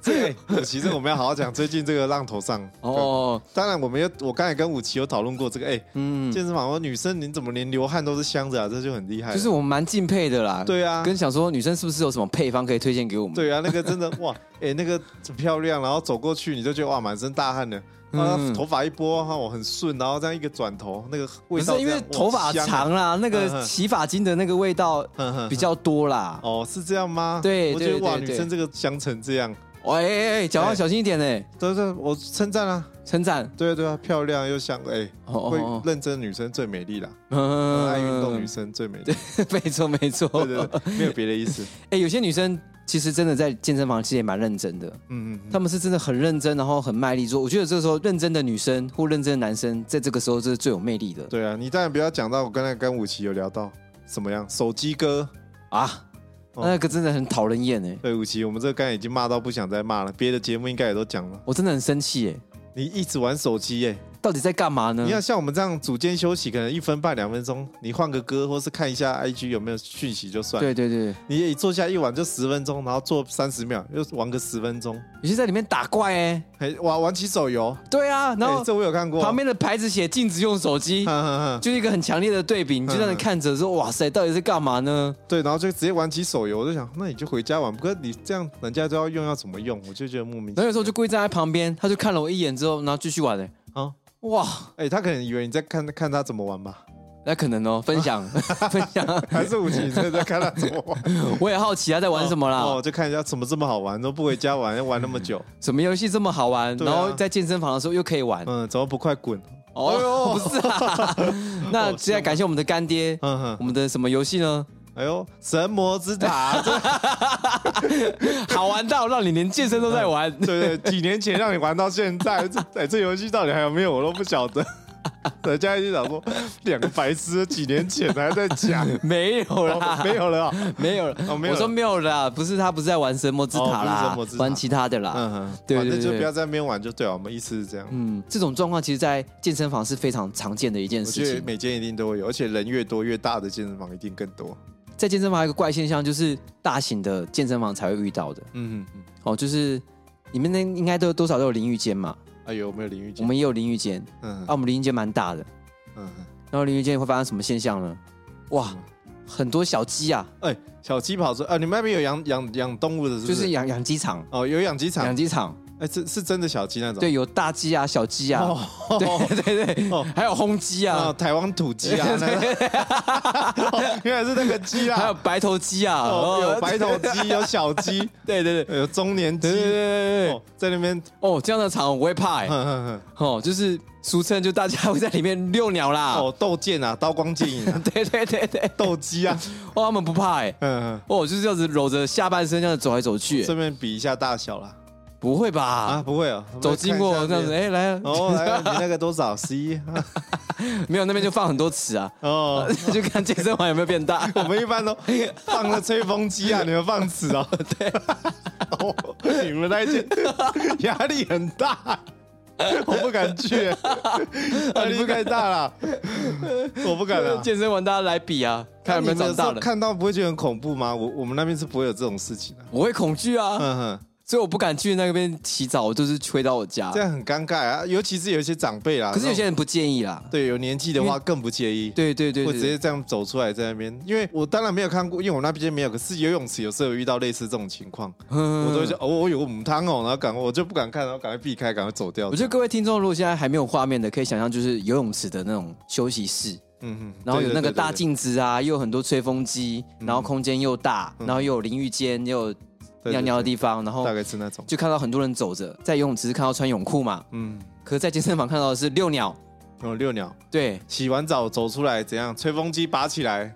Speaker 2: 这个哎其实我们要好好讲最近这个浪头上哦。
Speaker 1: 哦，
Speaker 2: 当然，我们也我刚才跟武奇有讨论过这个，哎、
Speaker 1: 嗯，
Speaker 2: 健身房，我说女生你怎么连流汗都是香的啊？这就很厉害了。
Speaker 1: 就是我们蛮敬佩的啦。
Speaker 2: 对啊，
Speaker 1: 跟想说女生是不是有什么配方可以推荐给我们？
Speaker 2: 对啊，那个 真的哇，哎、那个很漂亮，然后走过去你就觉得哇，满身大汗的，然后
Speaker 1: 嗯
Speaker 2: 头发一拨哈，我很顺，然后这样一个转头，那个
Speaker 1: 不
Speaker 2: 味
Speaker 1: 是
Speaker 2: 道
Speaker 1: 因
Speaker 2: 这
Speaker 1: 为
Speaker 2: 样
Speaker 1: 头发，
Speaker 2: 哇香
Speaker 1: 长啦，那
Speaker 2: 嗯
Speaker 1: 个
Speaker 2: 嗯
Speaker 1: 洗发精的那个味道
Speaker 2: 哼哼
Speaker 1: 比较多啦。
Speaker 2: 哦，是这样吗？
Speaker 1: 对
Speaker 2: 我觉得
Speaker 1: 对
Speaker 2: 哇，
Speaker 1: 对
Speaker 2: 女生这个香成这样，
Speaker 1: 哦哎哎哎，讲话
Speaker 2: 哎
Speaker 1: 小心一点呢，
Speaker 2: 对对，我称赞啊，
Speaker 1: 称赞。
Speaker 2: 对啊对啊，漂亮又香，哎，
Speaker 1: 哦
Speaker 2: 会
Speaker 1: 哦，
Speaker 2: 认真的女生最美丽啦，
Speaker 1: 嗯
Speaker 2: 爱运动女生最美丽，
Speaker 1: 没错没错。
Speaker 2: 对对对，没有别的意思，
Speaker 1: 哎、有些女生其实真的在健身房其实也蛮认真的，
Speaker 2: 嗯嗯嗯，
Speaker 1: 她们是真的很认真，然后很卖力做。我觉得这个时候认真的女生或认真的男生，在这个时候是最有魅力的
Speaker 2: 对啊，你当然不要讲到我刚才跟武奇有聊到什么样，手机哥。
Speaker 1: 啊。
Speaker 2: 哦
Speaker 1: 那个真的很讨人厌哎，
Speaker 2: 对，武奇，我们这个刚才已经骂到不想再骂了，别的节目应该也都讲了。
Speaker 1: 我真的很生气哎，
Speaker 2: 你一直玩手机耶、
Speaker 1: 到底在干嘛呢
Speaker 2: 你？看像我们这样组间休息，可能一分半两分钟，你换个歌或是看一下 IG 有没有讯息就算。
Speaker 1: 对对对，
Speaker 2: 你也坐下一玩就十分钟，然后坐三十秒，又玩个十分钟，
Speaker 1: 有些在里面打怪哎，
Speaker 2: 还玩玩起手游。
Speaker 1: 对啊，然后
Speaker 2: 哎这我有看过，
Speaker 1: 旁边的牌子写禁止用手机，
Speaker 2: 哼哼哼
Speaker 1: 就是一个很强烈的对
Speaker 2: 嗯
Speaker 1: 比，你就在那看着说哇塞，到底是干嘛呢？
Speaker 2: 对，然后就直接玩起手游，我就想，那你就回家玩，不过你这样人家都要用，要怎么用？我就觉得莫名其妙。
Speaker 1: 然后有时候就故意站在旁边，他就看了我一眼之后，然后继续玩哎，
Speaker 2: 啊，
Speaker 1: 哇，
Speaker 2: 哎、他可能以为你在看看他怎么玩吧，
Speaker 1: 那可能哦，分 享分享。
Speaker 2: 还是武奇你真的在看他怎么玩？
Speaker 1: 我也好奇他在 玩什么啦，
Speaker 2: 哦，就看一下怎么这么好玩，都不回家玩，要玩那么久，
Speaker 1: 什么游戏这么好玩，
Speaker 2: 对啊
Speaker 1: 然后在健身房的时候又可以玩。
Speaker 2: 嗯，怎哎么不快滚？
Speaker 1: 哦， 不是 啊。那
Speaker 2: 哦
Speaker 1: 现在感谢我们的干爹，
Speaker 2: 嗯
Speaker 1: 我
Speaker 2: 哼，
Speaker 1: 们的什么游戏呢？
Speaker 2: 哎呦，神魔之塔，这
Speaker 1: 好玩到让你连健身都在玩。
Speaker 2: 对对，几年前让你玩到现在，这哎这游戏到底还有没有我都不晓得。人家就想说，两个白痴几年前还在讲，
Speaker 1: 没有
Speaker 2: 哦
Speaker 1: 啦，
Speaker 2: 没有了哦，
Speaker 1: 没有
Speaker 2: 哦
Speaker 1: 了，
Speaker 2: 没有
Speaker 1: 我
Speaker 2: 了
Speaker 1: 说没有啦，不是他不是在玩神魔之塔
Speaker 2: 哦不是
Speaker 1: 啦
Speaker 2: 神魔之，塔
Speaker 1: 玩其他的
Speaker 2: 嗯
Speaker 1: 啦。
Speaker 2: 哼，
Speaker 1: 对对
Speaker 2: 反正就
Speaker 1: 对
Speaker 2: 不要在那边玩就对啊了，我们意思是这样。
Speaker 1: 嗯，这种状况其实，在健身房是非常常见的一件
Speaker 2: 我
Speaker 1: 事
Speaker 2: 觉得
Speaker 1: 情。
Speaker 2: 每间一定都会有，而且人越多越大的健身房一定更多。
Speaker 1: 在健身房还有一个怪现象，就是大型的健身房才会遇到的。
Speaker 2: 嗯嗯，
Speaker 1: 哦，就是你们那应该都有多少都有淋浴间嘛？
Speaker 2: 哎呦，有没有淋浴
Speaker 1: 我
Speaker 2: 间？
Speaker 1: 们也有淋浴间，
Speaker 2: 嗯
Speaker 1: 啊，我们淋浴间蛮大的。
Speaker 2: 嗯嗯，
Speaker 1: 然后淋浴间会发生什么现象呢？哇
Speaker 2: 什么，
Speaker 1: 很多小鸡啊，
Speaker 2: 哎，小鸡跑出啊，你们那边有养养养动物的是不
Speaker 1: 就是是养养鸡场，
Speaker 2: 哦，有养鸡场
Speaker 1: 养，鸡场，
Speaker 2: 哎、哎，是是真的小鸡那种，
Speaker 1: 对，有大鸡啊、小鸡啊，
Speaker 2: 哦，
Speaker 1: 对对对对，
Speaker 2: 哦
Speaker 1: 还有轰鸡
Speaker 2: 哦，
Speaker 1: 啊，
Speaker 2: 台湾土 鸡啊，那个哦原来是那个鸡
Speaker 1: 还有
Speaker 2: 啦，
Speaker 1: 白头鸡啊，
Speaker 2: 哦，有白头
Speaker 1: 对，
Speaker 2: 鸡，有小 鸡，
Speaker 1: 对对对
Speaker 2: 有中年
Speaker 1: 对对
Speaker 2: 鸡，
Speaker 1: 对对
Speaker 2: 哦，在那边，嗯
Speaker 1: 哦，这样的场我会怕哎，
Speaker 2: 哼哼哼，
Speaker 1: 哦，就是俗称就大家会在里面遛鸟啦，
Speaker 2: 哦，斗剑啊，刀光剑影啊，
Speaker 1: 对对对对，
Speaker 2: 斗鸡啊，
Speaker 1: 哦，他们不怕哎，
Speaker 2: 嗯，哼
Speaker 1: 哦，就是这样子搂着下半身这样子走来走去欸，
Speaker 2: 顺便比一下大小啦，
Speaker 1: 不会
Speaker 2: 啊，
Speaker 1: 吧？
Speaker 2: 不会哦，我们
Speaker 1: 走经过
Speaker 2: 看
Speaker 1: 这样
Speaker 2: 一下
Speaker 1: 子，
Speaker 2: 边。
Speaker 1: 哎，来啊，
Speaker 2: 哦，来你那个多少？十一 啊
Speaker 1: 没有那边就放很多尺啊，
Speaker 2: 哦，
Speaker 1: 就看健身环有没有变 大。
Speaker 2: 我们一般都放了吹风机啊，你们放纸哦。对， 你们那一间 压力很 大，我不敢去，压力太大了，我不敢了。
Speaker 1: 健身完大家来比啊，看有没有长大
Speaker 2: 啊你们有时候
Speaker 1: 了。
Speaker 2: 看到不会觉得很恐怖吗？我我们那边是不会有这种事情的、
Speaker 1: 我会恐惧啊，
Speaker 2: 嗯哼，
Speaker 1: 所以我不敢去那边洗澡，我就是回到我家
Speaker 2: 这。样很尴尬啊，尤其是有一些长辈啦。
Speaker 1: 可是有些
Speaker 2: 那种
Speaker 1: 人不建议啦。
Speaker 2: 对有年纪的
Speaker 1: 因
Speaker 2: 话
Speaker 1: 为
Speaker 2: 更不介意。
Speaker 1: 对对对
Speaker 2: 会
Speaker 1: 对，
Speaker 2: 直接这样走出来在那边，因为我当然没有看过，因为我那边没有。可是游泳池有时候有遇到类似这种情况，
Speaker 1: 嗯
Speaker 2: 我都会说哦，我有个母汤哦，然后赶快我就不敢看，然后赶快避开，赶快走掉。
Speaker 1: 我觉得各位听众如果现在还没有画面的，可以想象就是游泳池的那种休息室，
Speaker 2: 嗯嗯
Speaker 1: 然后有那个大，
Speaker 2: 对嗯
Speaker 1: 镜子啊，又有很多吹风机，然后空间又大，然后又有淋浴间，又有
Speaker 2: 对对对
Speaker 1: 尿尿的地方，然
Speaker 2: 对对对
Speaker 1: 后
Speaker 2: 大概是那种，
Speaker 1: 就看到很多人走着，在游泳池看到穿泳裤嘛，
Speaker 2: 嗯，
Speaker 1: 可是在健身房看到的是遛鸟，
Speaker 2: 然后遛鸟，
Speaker 1: 对，
Speaker 2: 洗完澡走出来怎样？吹风机拔起来，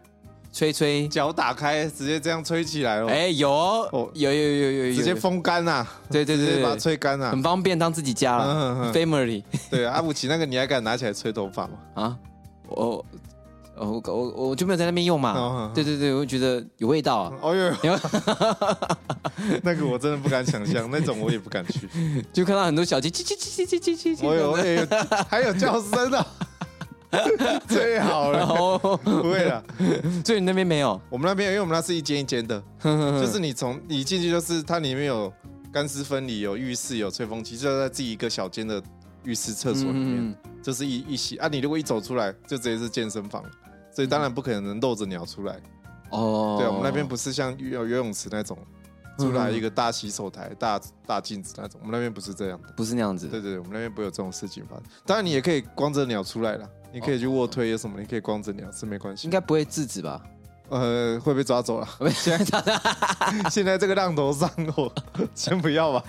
Speaker 1: 吹吹，
Speaker 2: 脚打开，直接这样吹起来哦，
Speaker 1: 哎，有哦
Speaker 2: 哦
Speaker 1: 有有有有有，
Speaker 2: 直接
Speaker 1: 有
Speaker 2: 风干呐，
Speaker 1: 对对
Speaker 2: 直
Speaker 1: 对
Speaker 2: 接把它
Speaker 1: 对，
Speaker 2: 吹干呐
Speaker 1: 很。方便当自己家了
Speaker 2: 嗯嗯嗯
Speaker 1: ，family
Speaker 2: 对，阿武奇那个你还敢拿起来吹头发吗？
Speaker 1: 啊，我我我我就没有在那边用
Speaker 2: 嗯
Speaker 1: 嘛
Speaker 2: 嗯，嗯
Speaker 1: 对对对，我就觉得有味道啊。
Speaker 2: 哦哟
Speaker 1: 你要，
Speaker 2: 那个我真的不敢想象，那种我也不敢 去。
Speaker 1: 就看到很多小鸡叽叽叽叽叽叽叽叽
Speaker 2: 嗯我有，
Speaker 1: 叽，
Speaker 2: 哎呦还有叫 声啊，最好
Speaker 1: 然
Speaker 2: 了，
Speaker 1: 后
Speaker 2: 不会了。
Speaker 1: 哦所以你那边没有，
Speaker 2: 我们那边，因为我们那是一间一间的，
Speaker 1: 就
Speaker 2: 就是你从你进去，就是它里面有干湿分离，有浴室，有吹风机，就在自己一个小间的浴室、厕所
Speaker 1: 嗯
Speaker 2: 里面，就是一一起啊。你如果一走出来，就直接是健身房了，所以当然不可能露着鸟出来。
Speaker 1: 哦，
Speaker 2: 对，我们那边不是像游游泳池那种，出来一个大洗手台、大大镜子那种，我们那边不是这样的。
Speaker 1: 不是那样子，
Speaker 2: 对对对，我们那边不会有这种事情发生。当然，你也可以光着鸟出来啦，你可以去卧推，有啊什么你可以光着鸟是没关系
Speaker 1: 应。该不会制止吧？
Speaker 2: 呃， 会被抓走了。现在现在这个浪头上，我先不要 吧。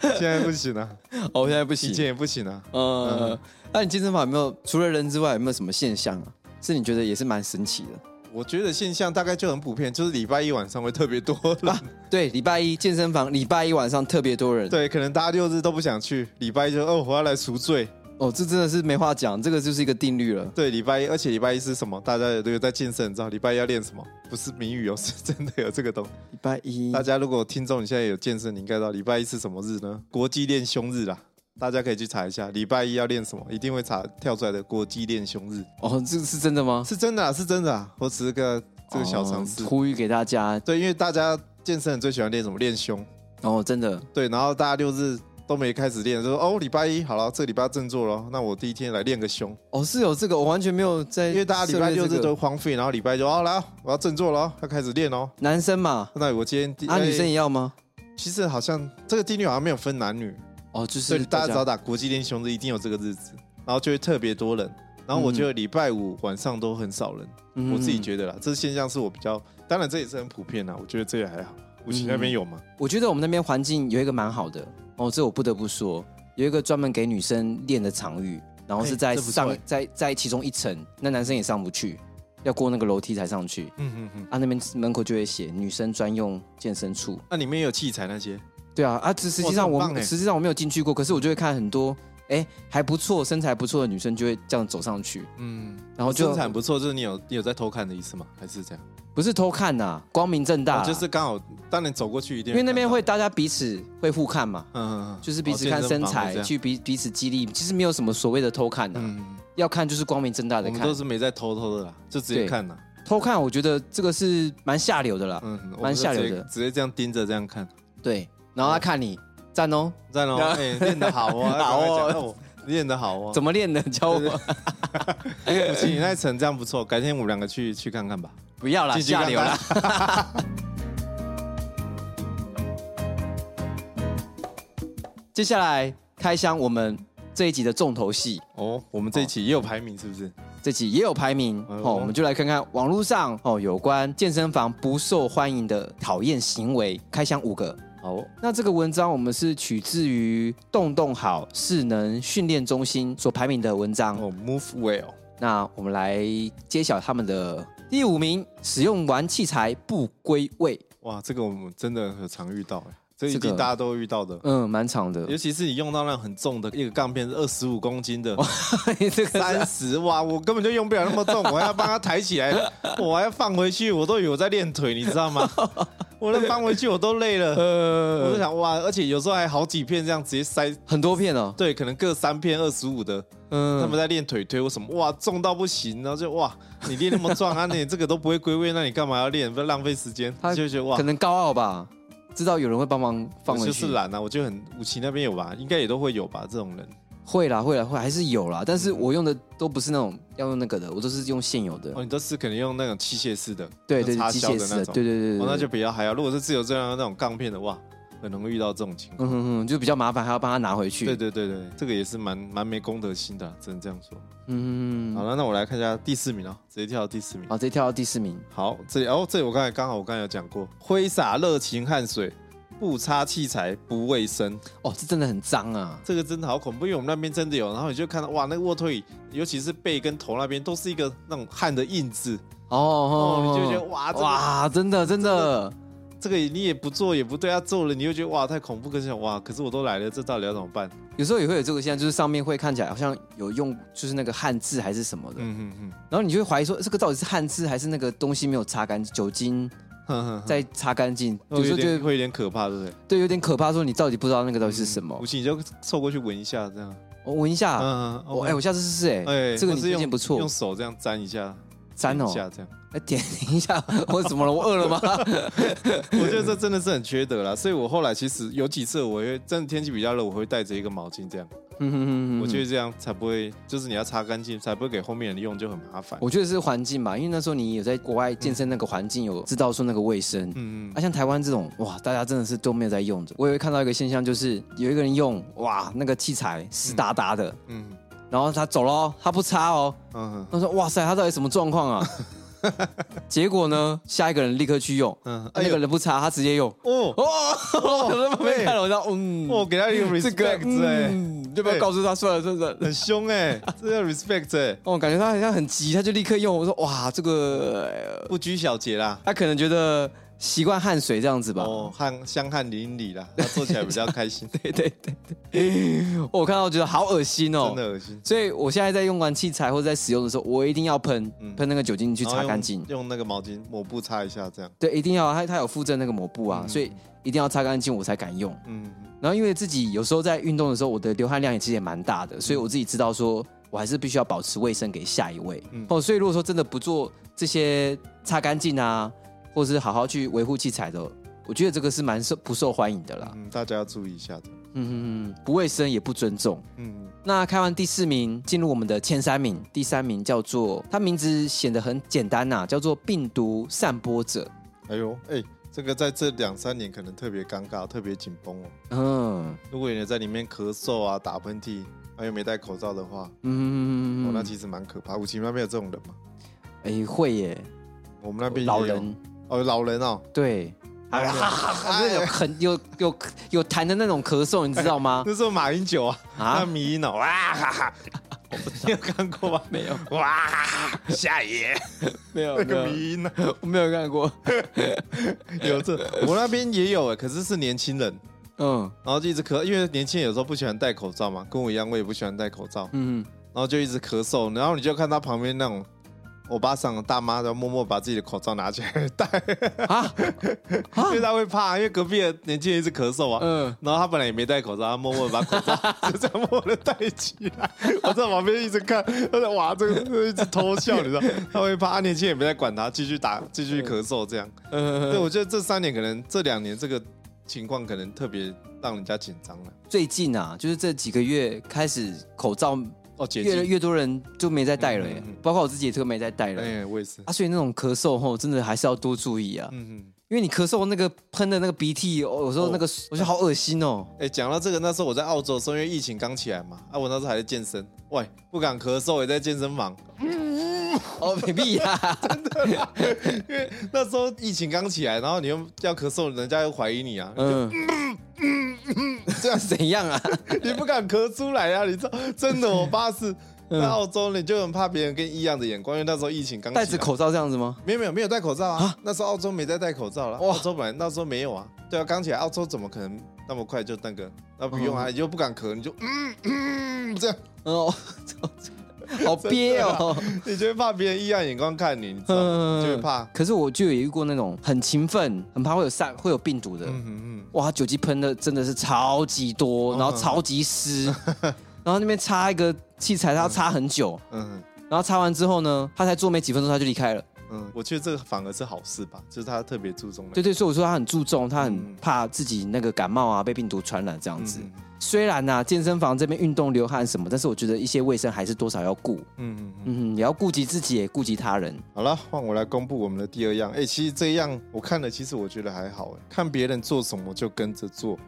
Speaker 2: 现在不行啊，
Speaker 1: 哦，现在不
Speaker 2: 以前。也不行啊。
Speaker 1: 呃，那你健身房有没有除了人之外有没有什么现象啊？是你觉得也是蛮神奇的？
Speaker 2: 我觉得现象大概就很普遍，就是礼拜一晚上会特别多啦。
Speaker 1: 对，礼拜一健身房，礼拜一晚上特别多人。
Speaker 2: 对，可能大家六日都不想去，礼拜一就哦我要来赎罪。
Speaker 1: 哦，这真的是没话讲，这个就是一个定律了。
Speaker 2: 对，礼拜一，而且礼拜一是什么？大家都有在健身，你知道礼拜一要练什么？不是谜语哦，是真的有这个东西。
Speaker 1: 礼拜一
Speaker 2: 大家如果听众你现在有健身，你应该知道礼拜一是什么日呢？国际练胸日啦，大家可以去查一下，礼拜一要练什么，一定会查跳出来的国际练胸日
Speaker 1: 哦，这是真的吗？
Speaker 2: 是真的、啊，是真的、啊。我只是个这个小常识，
Speaker 1: 哦呼吁给大家
Speaker 2: 对，因为大家健身人最喜欢练什么？练胸，
Speaker 1: 哦，真的
Speaker 2: 对，然后大家六日都没开始练，就说哦，礼拜一好了，这个礼拜要振作了，那我第一天来练个胸，
Speaker 1: 哦，是有这个，我完全没有在，
Speaker 2: 因为大家礼拜六日
Speaker 1: 这
Speaker 2: 都
Speaker 1: 个
Speaker 2: 荒废，然后礼拜一就哦来哦，我要振作了哦，要开始练哦。
Speaker 1: 男生嘛，
Speaker 2: 那我今天第
Speaker 1: 啊，女生
Speaker 2: 哎
Speaker 1: 也要吗？
Speaker 2: 其实好像这个定律好像没有分男女，
Speaker 1: 哦，就
Speaker 2: 所
Speaker 1: 是
Speaker 2: 以大家只要打国际练胸日，一定有这个日子，然后就会特别多人。然后我觉得礼拜五晚上都很少人，
Speaker 1: 嗯
Speaker 2: 我自己觉得啦，这现象是我比较，当然这也是很普遍啦，我觉得这也还好。
Speaker 1: 嗯
Speaker 2: 五期那边有吗？
Speaker 1: 我觉得我们那边环境有一个蛮好的哦，这我不得不说，有一个专门给女生练的场域，然后是在
Speaker 2: 哎这不错
Speaker 1: 上、
Speaker 2: 哎
Speaker 1: 在在其中一层，那男生也上不去，要过那个楼梯才上去。
Speaker 2: 嗯嗯嗯，
Speaker 1: 啊，那边门口就会写女生专用健身处。
Speaker 2: 那里面有器材那些，
Speaker 1: 对啊，啊，实实际上
Speaker 2: 哇这很
Speaker 1: 我
Speaker 2: 棒哎
Speaker 1: 实际上我没有进去过，可是我就会看很多哎还不错身材不错的女生就会这样走上去，
Speaker 2: 嗯，
Speaker 1: 然后就
Speaker 2: 生产不错，就是你有你有在偷看的意思吗？还是这样？
Speaker 1: 不是偷看呐、光明正大啦、啊
Speaker 2: 哦就是刚好，当然走过去一定
Speaker 1: 因
Speaker 2: 看到，
Speaker 1: 为那边会大家彼此会互看嘛，
Speaker 2: 嗯，嗯嗯，
Speaker 1: 就是彼此
Speaker 2: 哦
Speaker 1: 看身
Speaker 2: 健身房会
Speaker 1: 材，
Speaker 2: 这样
Speaker 1: 去彼彼此激励，其实没有什么所谓的偷看的、
Speaker 2: 嗯，
Speaker 1: 要看就是光明正大
Speaker 2: 我
Speaker 1: 的
Speaker 2: 们
Speaker 1: 看
Speaker 2: 都。是没在偷偷的啦，就直接
Speaker 1: 对
Speaker 2: 看啦。
Speaker 1: 偷看，我觉得这个是蛮下流的啦。
Speaker 2: 嗯，我们
Speaker 1: 蛮
Speaker 2: 就
Speaker 1: 下流
Speaker 2: 直接
Speaker 1: 的
Speaker 2: 直接这样盯着这样看，
Speaker 1: 对，然后他看你，赞哦，
Speaker 2: 赞哦，哎，练得好哦，
Speaker 1: 好哦
Speaker 2: 赶快讲哦，练得好哦，
Speaker 1: 怎么练的？教
Speaker 2: 对
Speaker 1: 我，
Speaker 2: 我觉得你那一层这样不错，改天我们两个去去看看吧。
Speaker 1: 不要啦，
Speaker 2: 进去看
Speaker 1: 下
Speaker 2: 看
Speaker 1: 流啦。接下来开箱我们这一集的重头戏，
Speaker 2: 哦，我们这一期也有排名是不是？
Speaker 1: 这集也有排名
Speaker 2: 哎呦
Speaker 1: 哦，我们就来看看网络上哦有关健身房不受欢迎的讨厌行为，开箱五个。
Speaker 2: 好哦，
Speaker 1: 那这个文章我们是取自于动动好势能训练中心所排名的文章。
Speaker 2: 哦，Move Well，
Speaker 1: 那我们来揭晓他们的第五名：使用完器材不归位。
Speaker 2: 哇，这个我们真的很常遇到，哎这一
Speaker 1: 这
Speaker 2: 定
Speaker 1: 个
Speaker 2: 大家都遇到的。
Speaker 1: 嗯，蛮长的
Speaker 2: 尤。其是你用到那种很重的一个杠片，二十五公斤的，
Speaker 1: 这个
Speaker 2: 三十哇，我根本就用不了那么重，我还要帮他抬起来，我还要放回去，我都以为我在练腿，你知道吗？我能放回去我都累了，我就
Speaker 1: 呃，
Speaker 2: 想哇，而且有时候还好几片这样直接塞，
Speaker 1: 很多片哦。
Speaker 2: 对，可能各三片二十五的，
Speaker 1: 嗯，
Speaker 2: 他们在练腿推或什么，哇，重到不行，然后就哇，你练那么壮啊，你 这个都不会归位，那你干嘛要练？不要浪费时间，
Speaker 1: 他
Speaker 2: 就觉得哇
Speaker 1: 可。能高傲吧，知道有人会帮忙放
Speaker 2: 我
Speaker 1: 回
Speaker 2: 就
Speaker 1: 去。
Speaker 2: 是懒啊，我就很武器那边有吧，应该也都会有吧，这种人。
Speaker 1: 会啦，会啦，会还是有
Speaker 2: 嗯
Speaker 1: 啦，但是我用的都不是那种要用那个的，我都是用现有的。
Speaker 2: 哦，你都是可能用那种器械式的，
Speaker 1: 对对，
Speaker 2: 插
Speaker 1: 机
Speaker 2: 销
Speaker 1: 械
Speaker 2: 的
Speaker 1: 式
Speaker 2: 那
Speaker 1: 的，
Speaker 2: 种。
Speaker 1: 对对对对。
Speaker 2: 哦，那
Speaker 1: 对
Speaker 2: 就比较还好。如果是自由重量那种杠片的，哇，很容易遇到这种情
Speaker 1: 嗯
Speaker 2: 况。
Speaker 1: 哼哼，就比较麻烦，还要帮他拿回去。
Speaker 2: 对对对对，这个也是蛮蛮没公德心的啊、只能这样说。
Speaker 1: 嗯
Speaker 2: 好
Speaker 1: 哼哼。
Speaker 2: 了，那我来看一下第四名啊，直接跳到第四名。
Speaker 1: 好，直接跳到第四名。
Speaker 2: 好，这里哦，这里我刚才刚好我刚才有讲过，挥洒热情汗水，不擦器材，不卫生，
Speaker 1: 哦，这真的很脏啊！
Speaker 2: 这个真的好恐怖，因为我们那边真的有，然后你就看到哇，那个卧推，尤其是背跟头那边都是一个那种汗的印子，
Speaker 1: 哦哦
Speaker 2: 哦，你就觉得哇这个
Speaker 1: 哇，真的真的，
Speaker 2: 这个你也不做也不对，啊，做了你又觉得哇太恐怖，可是想哇，可是我都来了，这到底要怎么办？
Speaker 1: 有时候也会有这个现象，就是上面会看起来好像有用，就是那个汉字还是什么的，
Speaker 2: 嗯哼哼
Speaker 1: 然后你就会怀疑说，这个到底是汉字还是那个东西没有擦干净，酒精
Speaker 2: 哼哼哼，
Speaker 1: 再擦干净，
Speaker 2: 嗯哦有
Speaker 1: 有
Speaker 2: 时
Speaker 1: 时
Speaker 2: 候
Speaker 1: 候
Speaker 2: 就
Speaker 1: 就会
Speaker 2: 会有点可怕，对不对？
Speaker 1: 对有点可怕，说你到底不知道那个到底是什么
Speaker 2: 武。器你就凑过去闻一下，这样。
Speaker 1: 我闻一下，
Speaker 2: 嗯，
Speaker 1: 我哎，我下次试试哎，这个
Speaker 2: 或
Speaker 1: 你
Speaker 2: 是
Speaker 1: 推
Speaker 2: 用
Speaker 1: 荐不错
Speaker 2: 用，手这样沾一下，
Speaker 1: 沾哦
Speaker 2: 一，下这样。
Speaker 1: 哎点一下， 我怎么了？我饿了吗？
Speaker 2: 我觉得这真的是很缺德啦，所以我后来其实有几次我会真的天气比较热，我会带着一个毛巾这样，
Speaker 1: 嗯哼哼
Speaker 2: 我觉
Speaker 1: 哼
Speaker 2: 得这样才不会，就是你要擦干净，才不会给后面人用就很麻烦。
Speaker 1: 我觉得是环境吧，因为那时候你有在国外健身那个环境，有知道说那个卫生。
Speaker 2: 嗯
Speaker 1: 啊，像台湾这种哇，大家真的是都没有在用的。我也会看到一个现象，就是有一个人用哇，那个器材湿哒哒的，
Speaker 2: 嗯
Speaker 1: 然后他走了哦，他不擦哦，
Speaker 2: 嗯
Speaker 1: 他说哇塞，他到底什么状况 啊？结果呢，下一个人立刻去用，啊
Speaker 2: 嗯，
Speaker 1: 那
Speaker 2: 哎
Speaker 1: 个
Speaker 2: 呦
Speaker 1: 人不擦，他直接用。
Speaker 2: 哦，
Speaker 1: 哦， 我在旁边看了，我说嗯，
Speaker 2: 我给他一个
Speaker 1: 这个
Speaker 2: respect 哎，
Speaker 1: 嗯，要不要告诉他算了算了？
Speaker 2: 很凶哎，这叫 respect 哎，
Speaker 1: 哦，感觉他好像很急，他就立刻用。我说哇，这个呃
Speaker 2: 不拘小节啦。
Speaker 1: 他可能觉得习惯汗水这样子吧。
Speaker 2: 哦，汗香汗淋漓啦，他做起来比较开心，
Speaker 1: 对对对 对，哦我看到我觉得好恶心 哦
Speaker 2: 真。的恶心。
Speaker 1: 所以我现在在用完器材或者在使用的时候，我一定要喷
Speaker 2: 嗯
Speaker 1: 喷那个酒精去
Speaker 2: 然后
Speaker 1: 擦
Speaker 2: 用
Speaker 1: 干净。
Speaker 2: 用那个毛巾抹布擦一下，这样。
Speaker 1: 对，一定要啊，它它有附赠那个抹布啊，所以一定要擦干净我才敢用。
Speaker 2: 嗯，
Speaker 1: 然后因为自己有时候在运动的时候，我的流汗量也其实也蛮大
Speaker 2: 嗯
Speaker 1: 的，所以我自己知道说我还是必须要保持卫生给下一位。
Speaker 2: 嗯
Speaker 1: 哦，所以如果说真的不做这些擦干净啊，或是好好去维护器材的，我觉得这个是蛮受不受欢迎的啦。
Speaker 2: 嗯，大家要注意一下的。
Speaker 1: 嗯嗯嗯，不卫生也不尊重。
Speaker 2: 嗯，
Speaker 1: 那开完第四名，进入我们的前三名。第三名叫做，它名字显得很简单呐、叫做病毒散播者。
Speaker 2: 哎呦，哎、这个在这两三年可能特别尴尬，特别紧绷哦。
Speaker 1: 嗯
Speaker 2: 如果有人在里面咳嗽啊、打喷嚏，还有没戴口罩的话，哦，
Speaker 1: 嗯，
Speaker 2: 那其实蛮可怕。武器那边有这种人吗？
Speaker 1: 哎、会耶，
Speaker 2: 我们那边也有
Speaker 1: 老人
Speaker 2: 哦，老人哦，
Speaker 1: 对，啊哈哈哈，那有很有有有痰的那种咳嗽，你知道 吗？
Speaker 2: 那时候马英九啊，
Speaker 1: 啊
Speaker 2: 那迷音哦，哇哈哈，你有看 过吗？
Speaker 1: 没有，
Speaker 2: 哇哈哈，下野
Speaker 1: 哦没有
Speaker 2: 那个迷音呢、
Speaker 1: 我没有看过。
Speaker 2: 有这，我那边也有哎，可是是年轻人，
Speaker 1: 嗯
Speaker 2: 然后就一直咳，因为年轻人有时候不喜欢戴口罩嘛，跟我一样，我也不喜欢戴口罩，
Speaker 1: 嗯，
Speaker 2: 然后就一直咳嗽，然后你就看到旁边那种欧巴桑的大妈，然后默默把自己的口罩拿起来戴，
Speaker 1: 啊
Speaker 2: 因为她会怕，因为隔壁的年轻人一直咳嗽啊。
Speaker 1: 嗯，
Speaker 2: 然后她本来也没戴口罩，她默默地把口罩就这样默默的戴起来。我在旁边一直看，她说：“哇，这个这个一直偷笑，你知道？”她会怕，啊年轻人也没在管她，继续打，继续咳嗽这样。
Speaker 1: 嗯
Speaker 2: 对，我觉得这三年可能这两年这个情况可能特别让人家紧张了。
Speaker 1: 最近啊，就是这几个月开始口罩
Speaker 2: 哦，姐
Speaker 1: 越来
Speaker 2: 姐，
Speaker 1: 越多人就没在戴了耶
Speaker 2: 嗯嗯嗯，
Speaker 1: 包括我自己也这个没在戴了。
Speaker 2: 哎，我也是，
Speaker 1: 啊，所以那种咳嗽吼，真的还是要多注意啊。
Speaker 2: 嗯
Speaker 1: 因为你咳嗽那个喷的那个鼻涕，哦有时候那个、我觉得好恶心哦。
Speaker 2: 哎，讲到这个，那时候我在澳洲的时候，因为疫情刚起来嘛，啊，我那时候还在健身，喂，不敢咳嗽，也在健身房。
Speaker 1: 哦，没必呀，
Speaker 2: 那时候疫情刚起来，然后你又要咳嗽，人家又怀疑你啊，
Speaker 1: 嗯，
Speaker 2: 这样
Speaker 1: 怎样啊？
Speaker 2: 你不敢咳出来啊！你知道，真的，我爸是
Speaker 1: 嗯
Speaker 2: 在澳洲，你就很怕别人跟异样的眼光，因为那时候疫情刚起来
Speaker 1: 戴着，口罩这样子吗？
Speaker 2: 没有没有没有戴口罩啊，那时候澳洲没在戴口罩了，
Speaker 1: 哇
Speaker 2: 澳洲本来那时候没有啊，对啊，刚起来澳洲怎么可能那么快就那个？那不用啊，你又不敢咳，你就嗯嗯这样，
Speaker 1: 哦，
Speaker 2: 啊
Speaker 1: 好憋哦。
Speaker 2: 你就会怕别人异样眼光看你，你
Speaker 1: 嗯
Speaker 2: 知道吗，就会怕，
Speaker 1: 可是我就有遇过那种很勤奋、很怕会有散、会有病毒的，
Speaker 2: 嗯嗯嗯，
Speaker 1: 哇，他酒精喷的真的是超级多，
Speaker 2: 嗯
Speaker 1: 然后超级 湿，然后那边插一个器材，他要插很久，
Speaker 2: 嗯
Speaker 1: 然后插完之后呢，他才做没几分钟他就离开了。
Speaker 2: 嗯，我觉得这个反而是好事吧，就是他特别注重
Speaker 1: 对
Speaker 2: 的，
Speaker 1: 对，所以我说他很注重，他很
Speaker 2: 嗯
Speaker 1: 怕自己那个感冒啊被病毒传染这样子。
Speaker 2: 嗯
Speaker 1: 虽然呐、健身房这边运动流汗什么，但是我觉得一些卫生还是多少要顾，
Speaker 2: 嗯嗯。
Speaker 1: 嗯，也要顾及自己，也顾及他人。
Speaker 2: 好了，换我来公布我们的第二样。哎、其实这样我看了，其实我觉得还好。哎，看别人做什么就跟着做。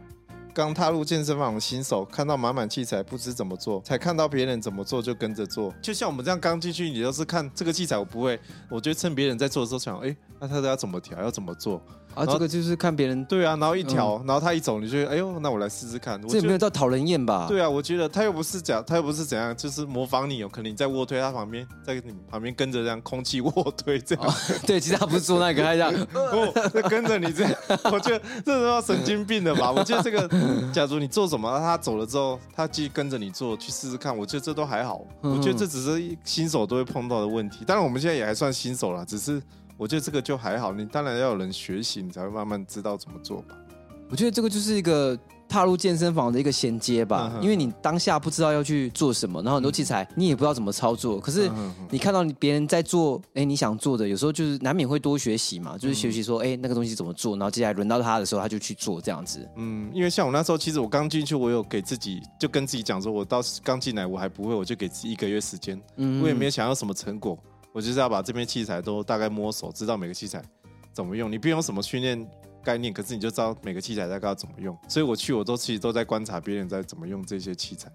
Speaker 2: 刚踏入健身房的新手，看到满满器材不知怎么做，才看到别人怎么做就跟着做。就像我们这样刚进去，你都是看这个器材我不会，我就趁别人在做的时候想，哎、那他都要怎么调，要怎么做？
Speaker 1: 啊，这个就是看别人，
Speaker 2: 对啊，然后一调，然后他一走，你就觉得哎呦，那我来试试看。我
Speaker 1: 嗯这也
Speaker 2: 觉
Speaker 1: 没有
Speaker 2: 得
Speaker 1: 到讨人厌吧？
Speaker 2: 对啊，我觉得他又不是讲，他又不是怎样，就是模仿你哦，可能你在卧推，他旁边在你旁边跟着这样空气卧推这样。
Speaker 1: 对，其实他不是做那个，他这 样，
Speaker 2: 不，那跟着你这样， 我觉得这都要神经病了吧？我觉得这个，假如你做什么，他走了之后，他继续跟着你做，去试试看，我觉得这都还好。
Speaker 1: 嗯
Speaker 2: 我觉得这只是新手都会碰到的问题。当然，我们现在也还算新手啦，只是我觉得这个就还好。你当然要有人学习，你才会慢慢知道怎么做吧。
Speaker 1: 我觉得这个就是一个踏入健身房的一个衔接吧
Speaker 2: 嗯，哼
Speaker 1: 因为你当下不知道要去做什么，然后很多器材你也不知道怎么操作，可是
Speaker 2: 嗯哼哼
Speaker 1: 你看到别人在做，哎，你想做的，有时候就是难免会多学习嘛，
Speaker 2: 嗯
Speaker 1: 就是学习说，哎，那个东西怎么做，然后接下来轮到他的时候，他就去做这样子。
Speaker 2: 嗯，因为像我那时候，其实我刚进去，我有给自己就跟自己讲说，我到刚进来我还不会，我就给自己一个月时间，
Speaker 1: 嗯
Speaker 2: 我也没有想要什么成果，我就是要把这边器材都大概摸熟，知道每个器材怎么用。你不用什么训练概念，可是你就知道每个器材大概要怎么用。所以我去，我都其实都在观察别人在怎么用这些器材，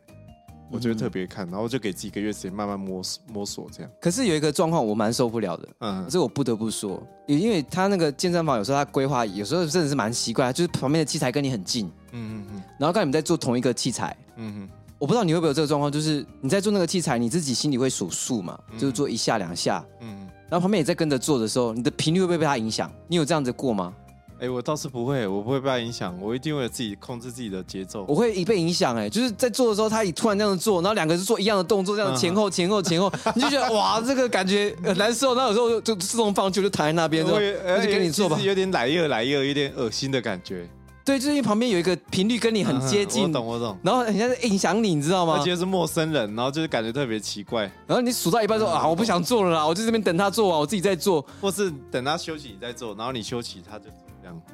Speaker 2: 我就会特别看，然后就给自己一个月时间慢慢摸索摸索这样。
Speaker 1: 可是有一个状况我蛮受不了的，
Speaker 2: 嗯，
Speaker 1: 这我不得不说，也因为他那个健身房有时候他规划有时候真的是蛮奇怪，就是旁边的器材跟你很近，
Speaker 2: 嗯嗯
Speaker 1: 然后看你们在做同一个器材，
Speaker 2: 嗯嗯
Speaker 1: 我不知道你会不会有这个状况，就是你在做那个器材，你自己心里会数数嘛，就是做一下两下，
Speaker 2: 嗯嗯。
Speaker 1: 然后旁边也在跟着做的时候，你的频率会不会被它影响？你有这样子过吗？
Speaker 2: 哎、我倒是不会，我不会被他影响，我一定会自己控制自己的节奏。
Speaker 1: 我会一被影响哎、就是在做的时候，他也突然这样子做，然后两个人做一样的动作，这样
Speaker 2: 嗯
Speaker 1: 前后前后前后，你就觉得哇，这个感觉很难受。那有时候就自动放弃，我就躺在那边，
Speaker 2: 我也哎
Speaker 1: 那就给你做吧
Speaker 2: 其实。有点来热来热，有点恶心的感觉，
Speaker 1: 对，就是因为旁边有一个频率跟你很接
Speaker 2: 嗯
Speaker 1: 近
Speaker 2: 我，懂我懂，
Speaker 1: 然后人家在影响你，你知道
Speaker 2: 而
Speaker 1: 吗？
Speaker 2: 且是陌生人，然后就是感觉特别奇怪。
Speaker 1: 然后你数到一半说啊，我不想做了啦，我就这边等他做啊完，我自己再做。
Speaker 2: 或是等他休息你再做，然后你休息他就这样。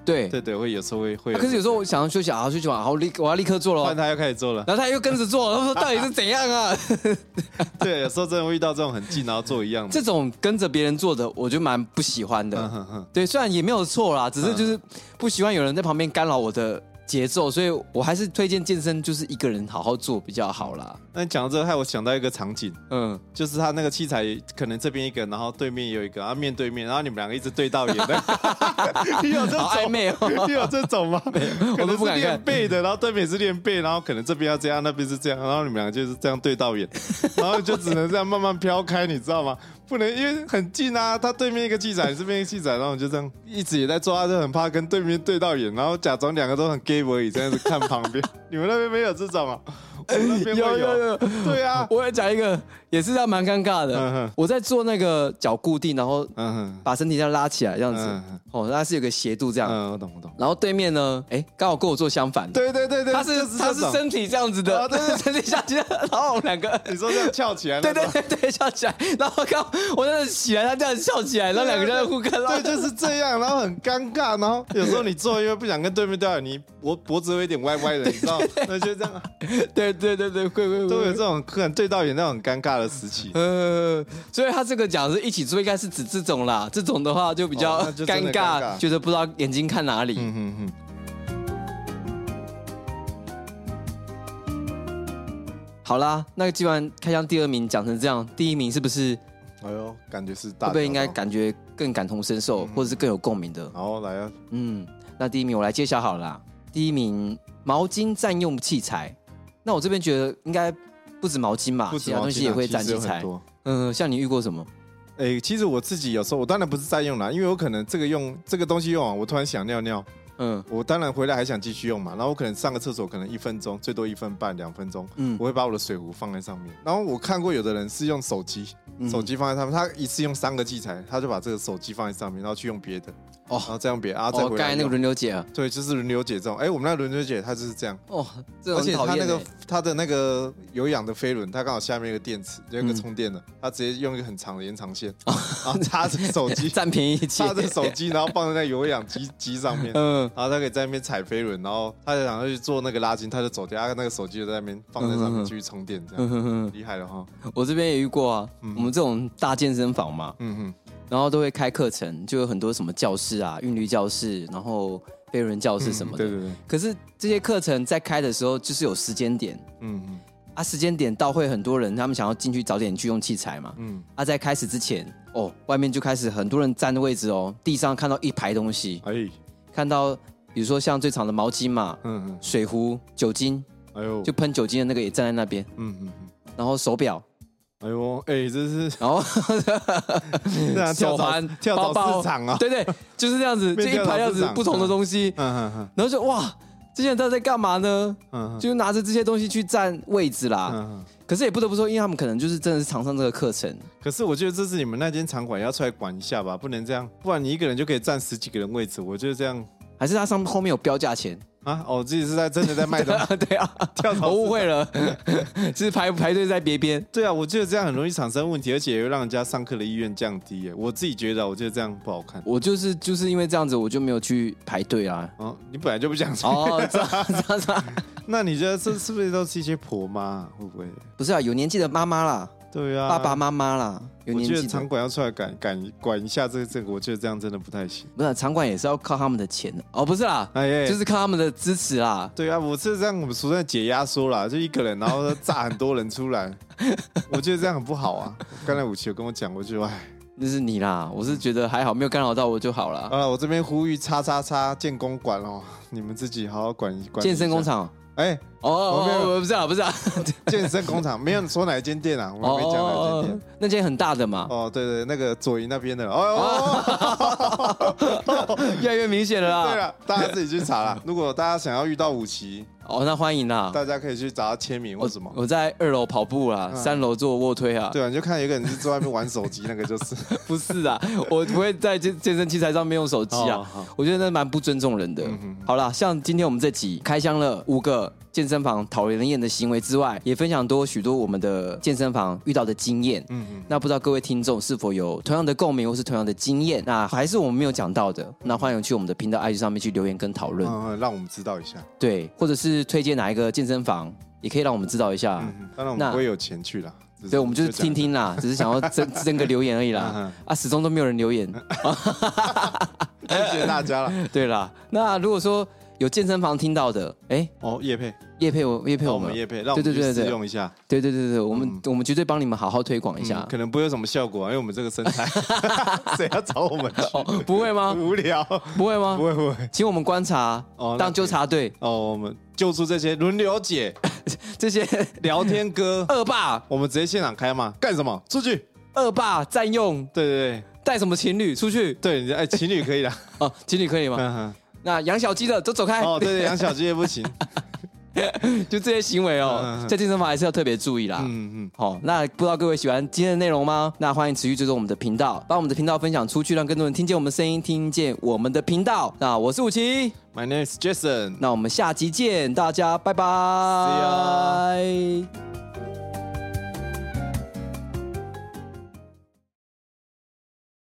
Speaker 1: 对，
Speaker 2: 对对，会有时候会会
Speaker 1: 啊
Speaker 2: 有、
Speaker 1: 可是有时候我想要休息啊，休息完好，我立我要立刻做了哦
Speaker 2: 换。他又开始 做了。
Speaker 1: 然后他又跟着做，他说到底是怎样 啊？
Speaker 2: 对，有时候真的会遇到这种很近然后做一样的。
Speaker 1: 这种跟着别人做的，我就蛮不喜欢
Speaker 2: 嗯
Speaker 1: 的。
Speaker 2: 哼哼，
Speaker 1: 对，虽然也没有错啦，只是就是不喜欢有人在旁边干扰我的节奏，所以我还是推荐健身就是一个人好好做比较好啦。
Speaker 2: 那你讲到这个，害我想到一个场景，
Speaker 1: 嗯，
Speaker 2: 就是他那个器材可能这边一个，然后对面也有一个，然后面对面，然后你们两个一直对到眼 的。你有这
Speaker 1: 好暧
Speaker 2: 种？
Speaker 1: 昧哦。
Speaker 2: 你有这种 吗？可
Speaker 1: 我
Speaker 2: 能
Speaker 1: 都不
Speaker 2: 是
Speaker 1: 敢看
Speaker 2: 练背的，然后对面也是练背，然后可能这边要这样，那边是这样，然后你们两个就是这样对到眼， 然后就只能这样慢慢飘开，你知道吗？不能因为很近啊，他对面一个器材，你这边一个器材，然后你就这样一直也在抓，就很怕跟对面对到眼，然后假装两个都很 gay boy 这样子看旁 边。你们那边没有这种啊？我们那边会
Speaker 1: 有有
Speaker 2: 有，
Speaker 1: 有，
Speaker 2: 对啊，
Speaker 1: 我要讲一个，也是这样蛮尴尬
Speaker 2: 嗯
Speaker 1: 的
Speaker 2: 哼。
Speaker 1: 我在做那个脚固定，然后
Speaker 2: 嗯哼
Speaker 1: 把身体这样拉起来，这样子
Speaker 2: 嗯嗯。
Speaker 1: 哦，那是有个斜度这样。
Speaker 2: 嗯，我懂我懂。
Speaker 1: 然后对面呢，哎，刚好跟我做相反。
Speaker 2: 对对对对，
Speaker 1: 他是
Speaker 2: 就
Speaker 1: 他
Speaker 2: 这
Speaker 1: 是
Speaker 2: 种，
Speaker 1: 身体这样子的
Speaker 2: 啊，对 对
Speaker 1: 身体下去的，然后我们两个，
Speaker 2: 你说这样翘起来，
Speaker 1: 对对 对对，笑起来，然后刚我那时起来，他这样笑起来，然后两个人在互看，然后
Speaker 2: 对，就是这样，然后很尴尬，然后有时候你坐，因为不想跟对面对到眼，你脖脖子有一点歪歪的，你知道，那就这样，
Speaker 1: 对对对对，会会
Speaker 2: 都
Speaker 1: 会。
Speaker 2: 有这。种可能对到眼那种尴尬的时期
Speaker 1: 呃，所以他这个讲是一起住，应该是指这种啦。这种的话就比较
Speaker 2: 哦那就真的
Speaker 1: 尬，
Speaker 2: 尴尬
Speaker 1: 觉得不知道眼睛看哪里。
Speaker 2: 嗯哼哼。
Speaker 1: 好啦，那既然开箱第二名讲成这样，第一名是不是
Speaker 2: 哎呦，感觉是
Speaker 1: 会
Speaker 2: 大条道。哦
Speaker 1: 不会应该感觉更感同身
Speaker 2: 嗯
Speaker 1: 受，或者是更有共鸣的？
Speaker 2: 然后来啊，
Speaker 1: 嗯，那第一名我来揭晓好了啦。第一名毛巾占用器材，那我这边觉得应该不止毛巾吧，
Speaker 2: 不
Speaker 1: 其
Speaker 2: 止
Speaker 1: 他
Speaker 2: 毛
Speaker 1: 东西
Speaker 2: 巾
Speaker 1: 也
Speaker 2: 啊
Speaker 1: 会
Speaker 2: 其
Speaker 1: 占
Speaker 2: 实
Speaker 1: 器
Speaker 2: 有很
Speaker 1: 材。
Speaker 2: 多。
Speaker 1: 嗯，像你遇过什么？
Speaker 2: 哎、其实我自己有时候，我当然不是在用啦，因为我可能这个用这个东西用完，我突然想尿尿，
Speaker 1: 嗯
Speaker 2: 我当然回来还想继续用嘛，然后我可能上个厕所，可能一分钟，最多一分半、两分钟，
Speaker 1: 嗯
Speaker 2: 我会把我的水壶放在上面。然后我看过有的人是用手机，
Speaker 1: 嗯
Speaker 2: 手机放在上面，他一次用三个器材，他就把这个手机放在上面，然后去用别的，
Speaker 1: 哦
Speaker 2: 然后再用别的，然后啊再
Speaker 1: 哦，
Speaker 2: 回
Speaker 1: 刚
Speaker 2: 来
Speaker 1: 才那个
Speaker 2: 用。
Speaker 1: 轮流姐啊，
Speaker 2: 对，就是轮流姐这种。哎、我们那轮流姐她就是这样，
Speaker 1: 哦，这
Speaker 2: 而
Speaker 1: 种
Speaker 2: 且
Speaker 1: 很
Speaker 2: 她
Speaker 1: 讨
Speaker 2: 那
Speaker 1: 厌
Speaker 2: 个
Speaker 1: 欸。
Speaker 2: 她的那个有氧的飞轮，它刚好下面有一个电池，有一个
Speaker 1: 嗯，
Speaker 2: 充电的，她直接用一个很长的延长线，然后插着手机
Speaker 1: 欸 占便宜姐
Speaker 2: 插着手机，然后放在那个有氧机机上面。
Speaker 1: 嗯，
Speaker 2: 然后他可以在那边踩飞轮，然后他就想要去做那个拉筋，他就走掉，他那个手机就在那边放在
Speaker 1: 嗯
Speaker 2: 上
Speaker 1: 嗯嗯
Speaker 2: 面继续充电，这
Speaker 1: 嗯
Speaker 2: 样
Speaker 1: 哼哼
Speaker 2: 厉害了哈。
Speaker 1: 我这边也遇过啊。
Speaker 2: 嗯
Speaker 1: 我们这种大健身房嘛，
Speaker 2: 嗯
Speaker 1: 然后都会开课程，就有很多什么教室啊、韵律教室，然后飞轮教
Speaker 2: 哼，
Speaker 1: 室什么的。
Speaker 2: 嗯对对对，
Speaker 1: 可是这些课程在开的时候，就是有时间点
Speaker 2: 嗯嗯
Speaker 1: 啊，时间点到会很多人，他们想要进去早点去用器材嘛。
Speaker 2: 嗯，
Speaker 1: 啊，在开始之前，哦，外面就开始很多人占位置哦，地上看到一排东西，
Speaker 2: 哎，
Speaker 1: 看到比如说像最长的毛巾嘛、
Speaker 2: 嗯嗯，
Speaker 1: 水壶、酒精，
Speaker 2: 哎呦，
Speaker 1: 就喷酒精的那个也站在那边，
Speaker 2: 嗯嗯嗯，
Speaker 1: 然后手表，
Speaker 2: 哎呦，哎，这是
Speaker 1: 然后
Speaker 2: 这样
Speaker 1: 手
Speaker 2: 跳蚤
Speaker 1: 环、
Speaker 2: 跳
Speaker 1: 包包
Speaker 2: 蚤市场啊，
Speaker 1: 对对，就是这样子，这
Speaker 2: 变
Speaker 1: 一
Speaker 2: 跳蚤
Speaker 1: 排这样
Speaker 2: 市
Speaker 1: 子
Speaker 2: 场
Speaker 1: 不同的东西，
Speaker 2: 嗯嗯
Speaker 1: 然后就哇，这些人到底在干嘛呢？
Speaker 2: 嗯嗯
Speaker 1: 就是拿着这些东西去占位置啦。
Speaker 2: 嗯。
Speaker 1: 可是也不得不说，因为他们可能就是真的是常上这个课程，
Speaker 2: 可是我觉得这是你们那间场馆要出来管一下吧，不能这样，不然你一个人就可以占十几个人位置。我觉得这样
Speaker 1: 还是他上后面有标价 钱？
Speaker 2: 啊，哦，自己是在真的在 卖东西。
Speaker 1: 对啊，
Speaker 2: 跳槽
Speaker 1: 我误会了， 是排排队在别边。
Speaker 2: 对啊，我觉得这样很容易产生问题，而且也会让人家上课的意愿降低耶。我自己觉得啊，我觉得这样不好看。
Speaker 1: 我就是就是因为这样子，我就没有去排队啊。
Speaker 2: 哦，你本来就不想 穿，
Speaker 1: 哦，这样这样这样，
Speaker 2: 那你觉得这是不是都是一些婆妈？会不会？
Speaker 1: 不是啊，有年纪的妈妈啦，
Speaker 2: 对啊，
Speaker 1: 爸爸妈妈啦，有
Speaker 2: 我
Speaker 1: 年
Speaker 2: 觉得
Speaker 1: 纪
Speaker 2: 场
Speaker 1: 的，
Speaker 2: 馆要出来管管管一下这个这个，我觉得这样真的不太行。
Speaker 1: 不是啊场馆也是要靠他们的钱的哦，不是啦，
Speaker 2: 哎哎
Speaker 1: 就是靠他们的支持啦。
Speaker 2: 对啊，我是这样，我们俗称解压缩啦，就一个人，然后炸很多人出来，我觉得这样很不好啊。刚才武奇有跟我讲，我就哎，
Speaker 1: 那是你啦，我是觉得还好，没有干扰到我就好了。
Speaker 2: 啊，我这边呼吁叉叉叉建工馆哦，你们自己好好管管理一下
Speaker 1: 健身工，厂。
Speaker 2: 哎，
Speaker 1: 哦哦，
Speaker 2: 我没有
Speaker 1: 哦不是啊，不是啊， 哦
Speaker 2: 健身工厂没有说哪一间店啊，我没讲哪一间店。，
Speaker 1: 那间很大的嘛，
Speaker 2: 哦，对对，那个左营那边的，哦，哦
Speaker 1: 越来越明显了
Speaker 2: 哦
Speaker 1: 啦。
Speaker 2: 对了，大家自己去查啦。如果大家想要遇到武奇，
Speaker 1: 哦，那欢迎啦。
Speaker 2: 大家可以去找他签名或哦什么。嗯
Speaker 1: 我在二楼跑步啦，三楼做卧推啊。
Speaker 2: 对啊，你就看有一个人是坐在那边玩手机，那个就是。
Speaker 1: 不是啊，我不会在健健身器材上面用手机
Speaker 2: 哦
Speaker 1: 啊
Speaker 2: 好，嗯
Speaker 1: 我觉得那蛮不尊重人的。好啦，像今天我们这集开箱了五个健身房讨人厌的行为之外，也分享多许多我们的健身房遇到的经验。
Speaker 2: 嗯嗯，
Speaker 1: 那不知道各位听众是否有同样的共鸣或是同样的经验？那还是我们没有讲到的，那欢迎去我们的频道 IG 上面去留言跟讨论。
Speaker 2: 嗯，让我们知道一下。
Speaker 1: 对，或者是推荐哪一个健身房，也可以让我们知道一下。
Speaker 2: 嗯，当然我
Speaker 1: 那
Speaker 2: 们不会有钱去啦。只
Speaker 1: 对，我们就是
Speaker 2: 讲
Speaker 1: 听听 啦，只是想要争争个留言而已
Speaker 2: 嗯
Speaker 1: 啦
Speaker 2: 嗯。
Speaker 1: 啊，始终都没有人留言。
Speaker 2: 谢谢大家了。
Speaker 1: 对啦，那如果说有健身房听到的，哎，
Speaker 2: 哦，叶佩，
Speaker 1: 叶配我叶配
Speaker 2: 让
Speaker 1: 我
Speaker 2: 哦我们
Speaker 1: 们，
Speaker 2: 叶佩，让我
Speaker 1: 对对
Speaker 2: 们去
Speaker 1: 对
Speaker 2: 试
Speaker 1: 对
Speaker 2: 用一下。
Speaker 1: 对对对对，我们我们绝对帮你们好好推广一
Speaker 2: 嗯
Speaker 1: 下。
Speaker 2: 可能不会有什么效果啊，因为我们这个身 材，谁要找我们去？
Speaker 1: 哦， 不会吗？
Speaker 2: 无聊，
Speaker 1: 不会吗
Speaker 2: 不？会不会。
Speaker 1: 请我们观察
Speaker 2: 哦，那
Speaker 1: 当纠察队
Speaker 2: 哦，我们救出这些轮流姐、
Speaker 1: 这些
Speaker 2: 聊天哥，
Speaker 1: 恶霸
Speaker 2: 我们直接现场开嘛？干什么？出去！
Speaker 1: 恶霸占用
Speaker 2: 对对
Speaker 1: 带什么情侣出去
Speaker 2: 对对，哎，情侣可以 的。
Speaker 1: 哦，情侣可以吗？
Speaker 2: 嗯
Speaker 1: 那养小鸡的都走开
Speaker 2: 哼哦，对对，养小鸡也不行。
Speaker 1: 就这些行为哦
Speaker 2: 嗯嗯，嗯
Speaker 1: 在健身房还是要特别注意啦。
Speaker 2: 嗯嗯，
Speaker 1: 好、那不知道各位喜欢今天的内容吗？那欢迎持续追踪我们的频道，把我们的频道分享出去，让更多人听见我们的声音，听见我们的频道。那我是武奇，
Speaker 2: My name is Jason。
Speaker 1: 那我们下集见，大家拜拜。
Speaker 2: See